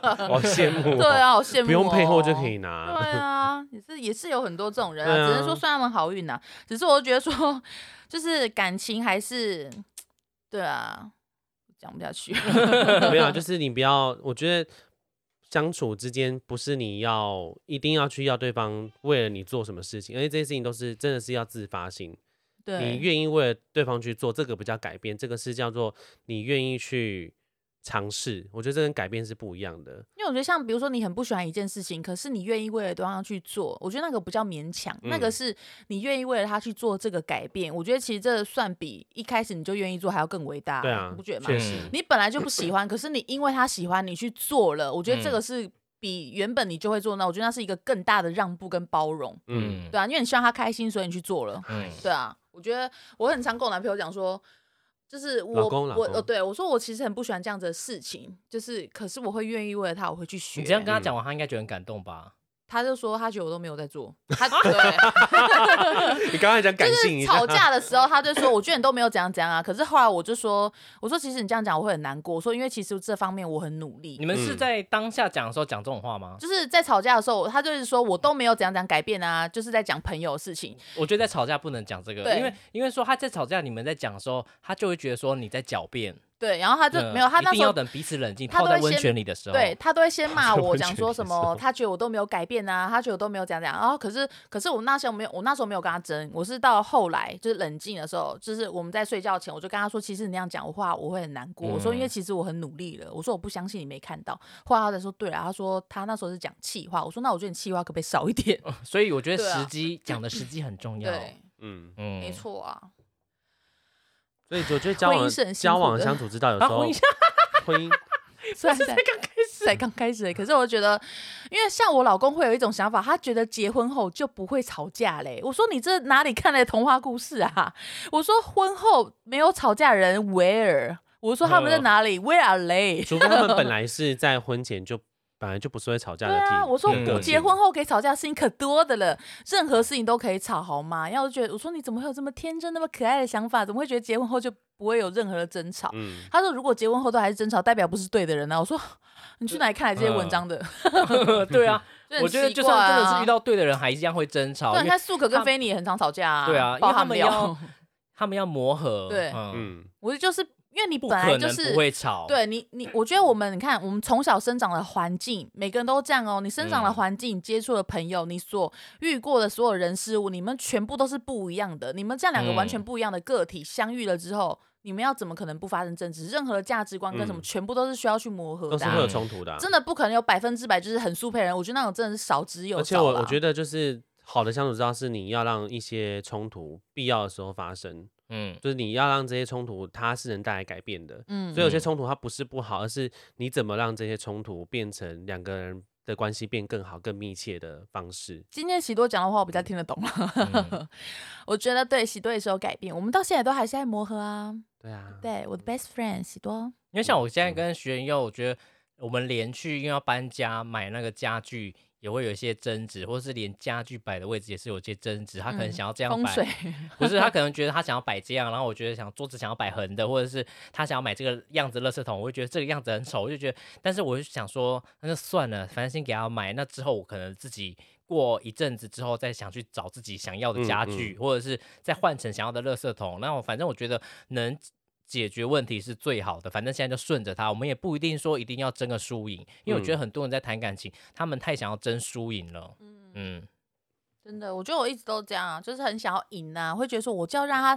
[SPEAKER 1] 好羡慕哦。
[SPEAKER 2] 对啊，好羡慕、哦
[SPEAKER 1] 不用配货就可以。拿。
[SPEAKER 2] 对啊，也是也是有很多这种人
[SPEAKER 1] 对
[SPEAKER 2] 啊，
[SPEAKER 1] 啊
[SPEAKER 2] 只能说算他们好运啊呐、只是我觉得 说，就是感情还是，对啊，讲不下 去。
[SPEAKER 1] 没有啊，就是你不要，我觉得。相处之间不是你要一定要去要对方为了你做什么事情，而且这些事情都是真的是要自发性，你
[SPEAKER 2] 对，
[SPEAKER 1] 愿意为了对方去做，这个不叫改变，这个是叫做你愿意去尝试。我觉得这跟改变是不一样的。
[SPEAKER 2] 因为我觉得像比如说你很不喜欢一件事情，可是你愿意为了对方去 做，我觉得那个不叫勉强，那个
[SPEAKER 1] 嗯
[SPEAKER 2] 是你愿意为了他去做这个改变。我觉得其实这算比一开始你就愿意做还要更伟大，
[SPEAKER 4] 哎
[SPEAKER 1] 对啊
[SPEAKER 2] 你不觉得吗
[SPEAKER 1] 确？实
[SPEAKER 2] 你本来就不喜欢，可是你因为他喜欢你去做了，我觉得这
[SPEAKER 3] 嗯
[SPEAKER 2] 个是比原本你就会做那，我觉得那是一个更大的让步跟包容，
[SPEAKER 1] 嗯，
[SPEAKER 2] 对啊，因为你希望他开心，所以你去做了。
[SPEAKER 3] 嗯
[SPEAKER 2] 对啊，我觉得我很常跟我男朋友讲说，就是我
[SPEAKER 1] 老公老
[SPEAKER 2] 我
[SPEAKER 1] 公
[SPEAKER 2] 哦，对我说我其实很不喜欢这样子的事情，就是可是我会愿意为了他，我会去学。
[SPEAKER 3] 你这样跟他讲完，他应该觉得很感动吧？
[SPEAKER 2] 他就说他觉得我都没有在做，他对，
[SPEAKER 1] 你刚才讲感
[SPEAKER 2] 就
[SPEAKER 1] 性
[SPEAKER 2] 是
[SPEAKER 1] 一
[SPEAKER 2] 吵
[SPEAKER 1] 下，
[SPEAKER 2] 架的时候，他就说我觉得你都没有怎样怎样啊，可是后来我就说，我说其实你这样讲我会很难过，我说因为其实这方面我很努力
[SPEAKER 3] 你。们是
[SPEAKER 1] 嗯
[SPEAKER 3] 在当下讲的时候讲这种话吗？
[SPEAKER 2] 就是在吵架的时候，他就是说我都没有怎样怎样改变啊，就是在讲朋友的事情。
[SPEAKER 3] 我觉得在吵架不能讲这个，
[SPEAKER 2] 对
[SPEAKER 3] 因为因为说他在吵架，你们在讲的时候，他就会觉得说你在狡辩，
[SPEAKER 2] 对，然后他就
[SPEAKER 3] 嗯
[SPEAKER 2] 没有，他
[SPEAKER 3] 一
[SPEAKER 2] 那
[SPEAKER 3] 定
[SPEAKER 2] 时
[SPEAKER 3] 要
[SPEAKER 2] 候
[SPEAKER 3] 等彼此冷静，
[SPEAKER 2] 他
[SPEAKER 3] 泡
[SPEAKER 2] 都
[SPEAKER 3] 在
[SPEAKER 2] 会
[SPEAKER 3] 温
[SPEAKER 2] 先
[SPEAKER 3] 泉里的
[SPEAKER 1] 哦
[SPEAKER 3] 时候，
[SPEAKER 2] 对，他都会 先骂
[SPEAKER 1] 在
[SPEAKER 2] 我，
[SPEAKER 1] 温
[SPEAKER 2] 讲
[SPEAKER 1] 泉
[SPEAKER 2] 说
[SPEAKER 1] 里
[SPEAKER 2] 什
[SPEAKER 1] 的时
[SPEAKER 2] 么
[SPEAKER 1] 候
[SPEAKER 2] 他觉得我都没有改变啊，他觉得我都没有讲讲，然后可是可是我那时候没有，我那时候没有跟他争，我是到后来就是冷静的时候，就是我们在睡觉前，我就跟他说，其实你那样讲我话我会很难过，我说因为
[SPEAKER 1] 嗯
[SPEAKER 2] 其实我很努力了，我说我不相信你没看到，后来他才说对啊，他说他那时候是讲气话，我说那我觉得你气话可不可以少一点？
[SPEAKER 3] 所以我觉得
[SPEAKER 2] 对啊
[SPEAKER 3] 时机讲的时机很重要。
[SPEAKER 2] 对，
[SPEAKER 1] 嗯，
[SPEAKER 3] 嗯
[SPEAKER 2] 没错啊。
[SPEAKER 1] 所以我觉得交
[SPEAKER 4] 婚姻
[SPEAKER 1] 往
[SPEAKER 4] 是很辛
[SPEAKER 1] 交
[SPEAKER 4] 苦
[SPEAKER 1] 往
[SPEAKER 4] 的
[SPEAKER 1] 相处之道，有时
[SPEAKER 3] 啊
[SPEAKER 1] 候
[SPEAKER 3] 婚姻
[SPEAKER 1] 婚姻
[SPEAKER 4] 虽然才刚开始，才刚开始而已。可是我觉得，因为像我老公会有一种想法，他觉得结婚后就不会吵架嘞。我说你这哪里看来的童话故事啊？我说婚后没有吵架人 where？我说他们在哪里、w h e r e are they？
[SPEAKER 1] 除非他们本来是在婚前就本来就不是会吵架
[SPEAKER 4] 对
[SPEAKER 1] 的 team。
[SPEAKER 4] 啊，我说
[SPEAKER 3] 嗯
[SPEAKER 4] 我结婚后可以吵架的事情可多的了，任何事情都可以吵，好吗？要是觉得我说你怎么会有这么天真、那么可爱的想法？怎么会觉得结婚后就不会有任何的争吵？
[SPEAKER 1] 嗯，
[SPEAKER 4] 他说如果结婚后都还是争吵，代表不是对的人啊。我说你去哪里看来这
[SPEAKER 1] 嗯
[SPEAKER 4] 些文章的？
[SPEAKER 3] 对啊，
[SPEAKER 4] 很
[SPEAKER 3] 我觉得
[SPEAKER 4] 奇
[SPEAKER 3] 就算真的
[SPEAKER 4] 怪啊
[SPEAKER 3] 是遇到对的人，还一样会争吵，
[SPEAKER 4] 对，
[SPEAKER 3] 因
[SPEAKER 4] 你
[SPEAKER 3] 为
[SPEAKER 4] 看素可
[SPEAKER 3] 他
[SPEAKER 4] 跟菲尼也很常吵架啊。
[SPEAKER 3] 对啊，因
[SPEAKER 4] 爆
[SPEAKER 3] 为他
[SPEAKER 4] 他
[SPEAKER 3] 们
[SPEAKER 4] 料
[SPEAKER 3] 要他们要磨合，
[SPEAKER 4] 对
[SPEAKER 3] 嗯，
[SPEAKER 1] 嗯，
[SPEAKER 4] 我就是因为你
[SPEAKER 3] 不
[SPEAKER 4] 本来
[SPEAKER 3] 可
[SPEAKER 4] 就
[SPEAKER 3] 能
[SPEAKER 4] 是
[SPEAKER 3] 不会吵，
[SPEAKER 4] 对你，你我觉得我们你看，我们从小生长的环境，每个人都这样哦。你生长的
[SPEAKER 3] 嗯
[SPEAKER 4] 环境、你接触的朋友、你所遇过的所有人事物，你们全部都是不一样的。你们这样两个完全
[SPEAKER 3] 嗯
[SPEAKER 4] 不一样的个体、相遇了之后，你们要怎么可能不发生争执？任何的价值观跟什么，
[SPEAKER 1] 嗯
[SPEAKER 4] 全部都是需要去磨合
[SPEAKER 1] 都
[SPEAKER 4] 的
[SPEAKER 1] 是
[SPEAKER 4] 啊、
[SPEAKER 1] 会有冲突的啊。
[SPEAKER 4] 真的不可能有百分之百就是很速配人，我觉得那种真的是少之又
[SPEAKER 1] 而且
[SPEAKER 4] 少
[SPEAKER 1] 我
[SPEAKER 4] 啦
[SPEAKER 1] 我觉得就是好的相处之道是你要让一些冲突必要的时候发生，
[SPEAKER 3] 嗯，
[SPEAKER 1] 就是你要让这些冲突它是能带来改变的。
[SPEAKER 4] 嗯
[SPEAKER 1] 所以有些冲突它不是不好，而是你怎么让这些冲突变成两个人的关系变更好、更密切的方式。
[SPEAKER 4] 今天喜多讲的话，我比较听得懂 了。
[SPEAKER 3] 嗯
[SPEAKER 4] 我觉得对喜多也是有改变，我们到现在都还是在磨合啊。
[SPEAKER 1] 对啊，
[SPEAKER 4] 对，我的 best friend 喜多，
[SPEAKER 3] 因为像我
[SPEAKER 4] 嗯
[SPEAKER 3] 现在跟学员用，我觉得我们连去因为要搬家买那个家具。也会有一些争执，或是连家具摆的位置也是有一些争执。他可能
[SPEAKER 4] 嗯
[SPEAKER 3] 想要这样
[SPEAKER 4] 风
[SPEAKER 3] 摆，
[SPEAKER 4] 水
[SPEAKER 3] 不是他 可能觉得他想要摆这样，然后我觉得想桌子想要摆横的，或者是他想要买这个样子垃圾桶，我就觉得这个样子很丑，我就觉得，但是我就想说，那就算了，反正先给他买，那之后我可能自己过一阵子之后再想去找自己想
[SPEAKER 4] 嗯
[SPEAKER 3] 要的家具，或者是再换成想要的垃圾桶。那我反正我觉得能。解决问题是最好的，反正现在就顺着他，我们也不一定说一定要争个输赢，因为我觉得很多人在谈感情，他们太想要争输赢了。嗯，
[SPEAKER 4] 真的，我觉得我一直都这样啊，就是很想要赢啊，会觉得说我就要让他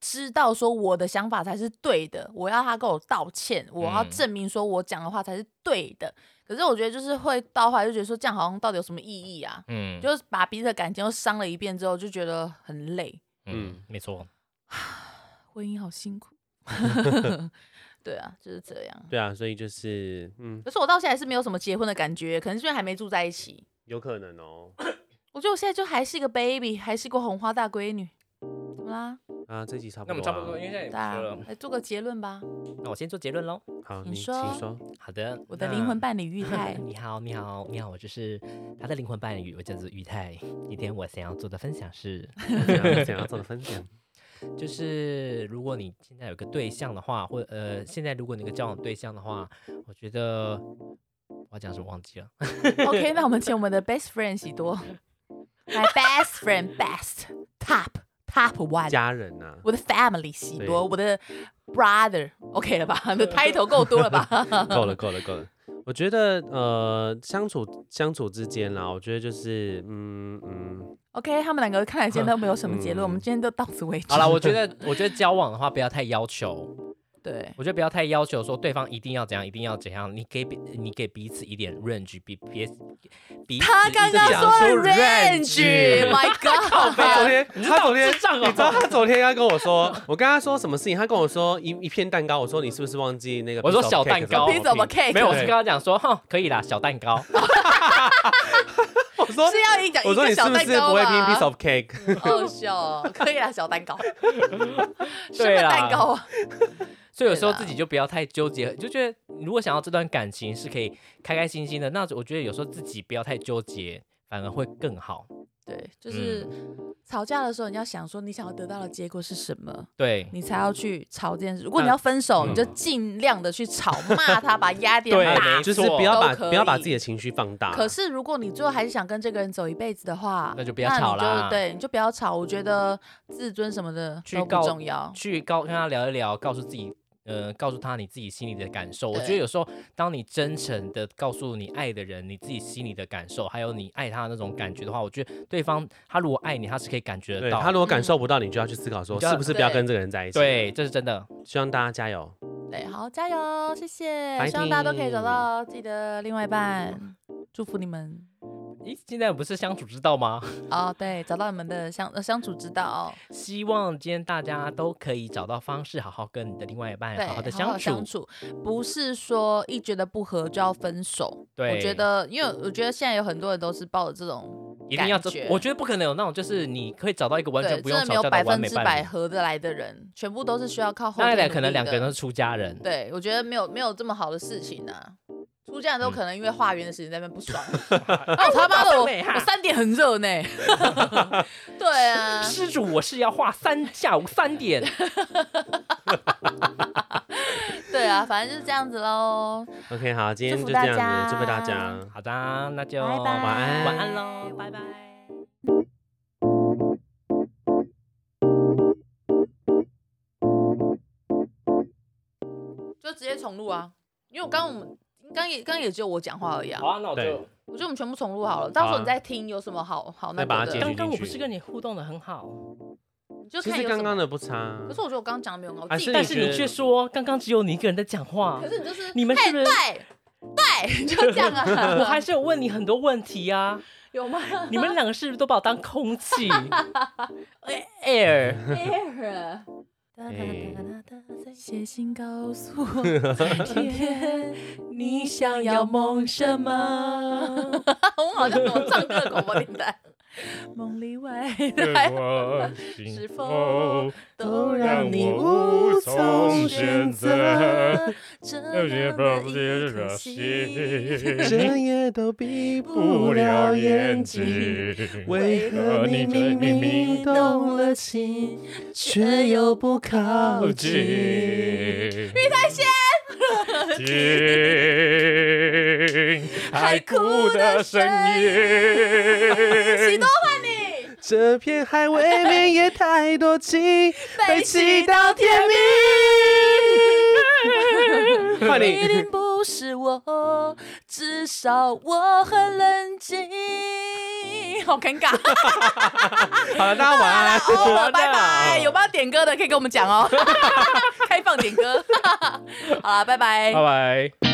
[SPEAKER 4] 知道说我的想法才是对的，我要他跟我道歉，我要
[SPEAKER 3] 嗯
[SPEAKER 4] 证明说我讲的话才是对的。可是我觉得就是会到后来就觉得说这样好像到底有什么意义啊？
[SPEAKER 3] 嗯，
[SPEAKER 4] 就是把彼此的感情都伤了一遍之后，就觉得很累。
[SPEAKER 3] 嗯，没错。
[SPEAKER 4] 婚姻好辛苦。 对啊，就是这样。
[SPEAKER 1] 对啊，所以就是嗯，
[SPEAKER 4] 可是我到现在还是没有什么结婚的感觉，可能是因为还没住在一起。
[SPEAKER 1] 有可能哦。
[SPEAKER 4] 我觉得我现在就还是一个 baby，还是一个红花大闺女。怎么啦？
[SPEAKER 1] 啊，这集差不
[SPEAKER 3] 那我
[SPEAKER 1] 多、啊，
[SPEAKER 3] 们差不多，因为现在也不
[SPEAKER 4] 大家
[SPEAKER 3] 说了。
[SPEAKER 4] 来做个结论吧。
[SPEAKER 3] 那我先做结论喽。
[SPEAKER 1] 好，
[SPEAKER 4] 你
[SPEAKER 1] 你
[SPEAKER 4] 说
[SPEAKER 1] 请 说。
[SPEAKER 3] 好的，
[SPEAKER 4] 我的灵魂
[SPEAKER 3] 伴，
[SPEAKER 4] 伴侣玉泰
[SPEAKER 3] 你好，你好，你好，我就是他的灵魂伴侣，我叫做玉泰。今天我想要做的分享是，
[SPEAKER 1] 想要做的分享，
[SPEAKER 3] 就是如果你现在有个对象的话，或呃，现在如果你有个交往对象的话，我觉得我要讲什么忘记了。
[SPEAKER 4] OK，那我们请我们的 best friend 喜多，my best friend best top top one，
[SPEAKER 1] 家人啊 呐、
[SPEAKER 4] 我的 family 喜
[SPEAKER 1] 对
[SPEAKER 4] 多，我的 brother OK 了吧？你的 title 够多了吧？
[SPEAKER 1] 够了，够了，够了。我觉得呃，相处相处之间啦，我觉得就是嗯嗯，
[SPEAKER 4] OK，他们两个看来今天都没有什么结论，
[SPEAKER 1] 嗯
[SPEAKER 4] 我们今天就到此为 止。
[SPEAKER 3] 好了，我觉得，我觉得交往的话不要太要求，
[SPEAKER 4] 对，
[SPEAKER 3] 我觉得不要太要求说对方一定要怎样，一定要怎样。你给彼你给彼此一点 range，比别彼此
[SPEAKER 4] 他
[SPEAKER 3] 一
[SPEAKER 4] 刚
[SPEAKER 3] 点
[SPEAKER 4] 刚说了
[SPEAKER 1] range
[SPEAKER 4] range，My
[SPEAKER 3] 啊
[SPEAKER 1] 他昨
[SPEAKER 4] God，
[SPEAKER 1] 天他昨天
[SPEAKER 3] 智障哦
[SPEAKER 1] 你知道他昨天要跟我说， 我跟他说什么事情，他跟我说一一片蛋糕，我说你是不是忘记那个 piece
[SPEAKER 3] 我
[SPEAKER 1] of cake
[SPEAKER 3] 说
[SPEAKER 1] 什
[SPEAKER 3] 小
[SPEAKER 1] 么？
[SPEAKER 3] 蛋糕
[SPEAKER 4] 凭什么 cake？
[SPEAKER 3] 没有，我是
[SPEAKER 1] 对
[SPEAKER 3] 跟他讲说，哼，可以啦，小蛋糕。
[SPEAKER 1] 我说
[SPEAKER 4] 是要一讲
[SPEAKER 1] 我
[SPEAKER 4] 一
[SPEAKER 1] 说
[SPEAKER 4] 个
[SPEAKER 1] 你是
[SPEAKER 4] 小
[SPEAKER 1] 不
[SPEAKER 4] 蛋
[SPEAKER 1] 是
[SPEAKER 4] 糕
[SPEAKER 1] 不会拼
[SPEAKER 4] 吧
[SPEAKER 1] piece of cake？
[SPEAKER 4] 好笑哦，可以啦，小蛋糕，什
[SPEAKER 3] 对
[SPEAKER 4] 么
[SPEAKER 3] 啦
[SPEAKER 4] 蛋糕啊？
[SPEAKER 3] 所以有时候
[SPEAKER 4] 对啦
[SPEAKER 3] 自己就不要太纠结，就觉得嗯如果想要这段感情是可以嗯开开心心的，那我觉得有时候自己不要太纠结，反而会更好。嗯
[SPEAKER 4] 对，就是吵架的时候，你要想说你想要得到的结果是什么，
[SPEAKER 3] 对，
[SPEAKER 4] 你才要去吵这件事。如果你要分手，
[SPEAKER 1] 嗯
[SPEAKER 4] 你就尽量的去吵，骂他，把压 点
[SPEAKER 3] 对
[SPEAKER 4] 打
[SPEAKER 3] 没
[SPEAKER 1] 就是
[SPEAKER 3] 错
[SPEAKER 1] 不要把
[SPEAKER 4] 都可以
[SPEAKER 1] 不要把自己的情绪放大。
[SPEAKER 4] 可是如果你最后还是想跟这个人走一辈子的话，
[SPEAKER 3] 那就不要
[SPEAKER 4] 你
[SPEAKER 3] 吵啦
[SPEAKER 4] 就对，你就不要吵。我觉得自尊什么的
[SPEAKER 3] 去
[SPEAKER 4] 都不
[SPEAKER 3] 告
[SPEAKER 4] 重要。
[SPEAKER 3] 去告跟
[SPEAKER 4] 嗯
[SPEAKER 3] 他聊一聊，告诉自己。呃，告诉他你自己心里的感受。我
[SPEAKER 4] 对
[SPEAKER 3] 觉得有时候，当你真诚的告诉你爱的人你自己心里的感受，还有你爱他的那种感觉的话，我觉得对方他如果爱你，他是可以感觉
[SPEAKER 1] 对
[SPEAKER 3] 得到。
[SPEAKER 1] 他如果感受不到，你就要去思考说
[SPEAKER 3] 你就要
[SPEAKER 1] 是不是不要
[SPEAKER 4] 对
[SPEAKER 1] 跟这个人在一起。，
[SPEAKER 3] 对，这是真的。
[SPEAKER 1] 希望大家加油。
[SPEAKER 4] 对，好，加油，谢谢，
[SPEAKER 1] 拜
[SPEAKER 4] 希望大家都可以找
[SPEAKER 1] 拜
[SPEAKER 4] 到自己的另外一半，祝福你们。
[SPEAKER 3] 咦，现在不是相处之道吗？
[SPEAKER 4] 哦，对，找到你们的相呃相处之道，
[SPEAKER 3] 希望今天大家都可以找到方式，好好跟你的另外一半
[SPEAKER 4] 对，
[SPEAKER 3] 好
[SPEAKER 4] 好
[SPEAKER 3] 的
[SPEAKER 4] 好
[SPEAKER 3] 处。
[SPEAKER 4] 相处，不是说一觉得不合就要分手。
[SPEAKER 3] 对
[SPEAKER 4] 我觉得，因为我觉得现在有很多人都是抱着这种
[SPEAKER 3] 一定要
[SPEAKER 4] 感
[SPEAKER 3] 这
[SPEAKER 4] 觉，
[SPEAKER 3] 我觉得不可能有那种，就是你可以找到一个完
[SPEAKER 4] 对
[SPEAKER 3] 全不
[SPEAKER 4] 真
[SPEAKER 3] 用
[SPEAKER 4] 的没
[SPEAKER 3] 吵
[SPEAKER 4] 有
[SPEAKER 3] 架
[SPEAKER 4] 百
[SPEAKER 3] 的完
[SPEAKER 4] 分
[SPEAKER 3] 美
[SPEAKER 4] 之百
[SPEAKER 3] 伴侣。
[SPEAKER 4] 合得来的人，全部都是需要靠后
[SPEAKER 3] 那
[SPEAKER 4] 天
[SPEAKER 3] 俩
[SPEAKER 4] 努
[SPEAKER 3] 可能
[SPEAKER 4] 力
[SPEAKER 3] 两个人
[SPEAKER 4] 的
[SPEAKER 3] 都是出家人，
[SPEAKER 4] 对，我觉得没有没有这么好的事情啊。出家人
[SPEAKER 3] 嗯
[SPEAKER 4] 都可能因为化缘的事情在那边 不爽，啊、他妈的我我三点很热呢，对啊，
[SPEAKER 3] 施主，我是要画三下午三 点。
[SPEAKER 4] 对啊，反正就是这样子喽，
[SPEAKER 2] OK，好，今天
[SPEAKER 4] 祝
[SPEAKER 2] 就
[SPEAKER 4] 福
[SPEAKER 2] 这
[SPEAKER 4] 大
[SPEAKER 2] 样子，祝福大
[SPEAKER 4] 家
[SPEAKER 2] 家。
[SPEAKER 3] 好的，那就
[SPEAKER 4] 拜拜，
[SPEAKER 2] 安
[SPEAKER 3] 哦晚安喽，拜拜。
[SPEAKER 4] 就直接重录啊，因为我刚刚我们刚也刚也只有我讲话而已啊
[SPEAKER 3] 好，啊，那我就
[SPEAKER 2] 对
[SPEAKER 4] 我觉得我们全部重录好了，到时
[SPEAKER 2] 好
[SPEAKER 4] 候
[SPEAKER 2] 啊
[SPEAKER 4] 你再听有什么好好那
[SPEAKER 2] 再把
[SPEAKER 4] 个
[SPEAKER 2] 它剪
[SPEAKER 4] 的，
[SPEAKER 2] 辑
[SPEAKER 3] 刚刚我
[SPEAKER 2] 进
[SPEAKER 3] 不
[SPEAKER 2] 去
[SPEAKER 3] 是跟你互动的很好，
[SPEAKER 4] 你就
[SPEAKER 2] 其
[SPEAKER 4] 看
[SPEAKER 2] 实
[SPEAKER 4] 有
[SPEAKER 2] 刚
[SPEAKER 4] 什
[SPEAKER 2] 刚
[SPEAKER 4] 么。
[SPEAKER 2] 的不差，
[SPEAKER 4] 可是我觉得我刚刚讲的没有很好，我
[SPEAKER 2] 还
[SPEAKER 4] 自己
[SPEAKER 2] 是
[SPEAKER 3] 但
[SPEAKER 2] 你
[SPEAKER 3] 啊是
[SPEAKER 2] 觉
[SPEAKER 3] 你
[SPEAKER 2] 得
[SPEAKER 3] 却说刚刚只有你一个人在讲话
[SPEAKER 4] 可，是你就是
[SPEAKER 3] 你们是
[SPEAKER 4] 嘿
[SPEAKER 3] 不是
[SPEAKER 4] 对对， 就这 样啊，
[SPEAKER 3] 我还是有问你很多问题 啊。
[SPEAKER 4] 有吗？
[SPEAKER 3] 你们两个是不是都把我当空 气哎？air，
[SPEAKER 4] 写信告诉我，今天你想要梦什么？ 我好像怎么唱歌广播电台？梦里外的是否都让你无从选择？这样的一颗心，
[SPEAKER 1] 这夜都闭
[SPEAKER 4] 不
[SPEAKER 1] 不
[SPEAKER 4] 了
[SPEAKER 1] 了
[SPEAKER 4] 眼
[SPEAKER 1] 眼
[SPEAKER 4] 睛
[SPEAKER 1] 睛，
[SPEAKER 4] 为
[SPEAKER 1] 为
[SPEAKER 4] 何
[SPEAKER 1] 何
[SPEAKER 4] 你
[SPEAKER 1] 你明
[SPEAKER 4] 明明
[SPEAKER 1] 明
[SPEAKER 4] 动
[SPEAKER 1] 动
[SPEAKER 4] 了
[SPEAKER 1] 了
[SPEAKER 4] 情
[SPEAKER 1] 情，
[SPEAKER 4] 却
[SPEAKER 1] 却
[SPEAKER 4] 又
[SPEAKER 1] 又
[SPEAKER 4] 不
[SPEAKER 1] 不
[SPEAKER 4] 靠
[SPEAKER 1] 靠
[SPEAKER 4] 近
[SPEAKER 1] 近？
[SPEAKER 4] 玉
[SPEAKER 1] 玉
[SPEAKER 4] 太仙。
[SPEAKER 1] 听
[SPEAKER 4] 海
[SPEAKER 1] 海
[SPEAKER 4] 哭
[SPEAKER 1] 哭
[SPEAKER 4] 的
[SPEAKER 1] 的
[SPEAKER 4] 声
[SPEAKER 1] 声
[SPEAKER 4] 喜
[SPEAKER 1] 音
[SPEAKER 4] 多。换你，
[SPEAKER 1] 这片海未免也太多 情，被气到天 明。
[SPEAKER 2] 换你
[SPEAKER 4] 一定不是我，至少我很冷静。好尴尬，
[SPEAKER 2] 好了，大家晚安。
[SPEAKER 4] 好了，哦拜拜。有没有 点 歌的可以跟我们讲哦，开放点歌。好了，拜
[SPEAKER 3] 拜。
[SPEAKER 4] 拜
[SPEAKER 3] 拜。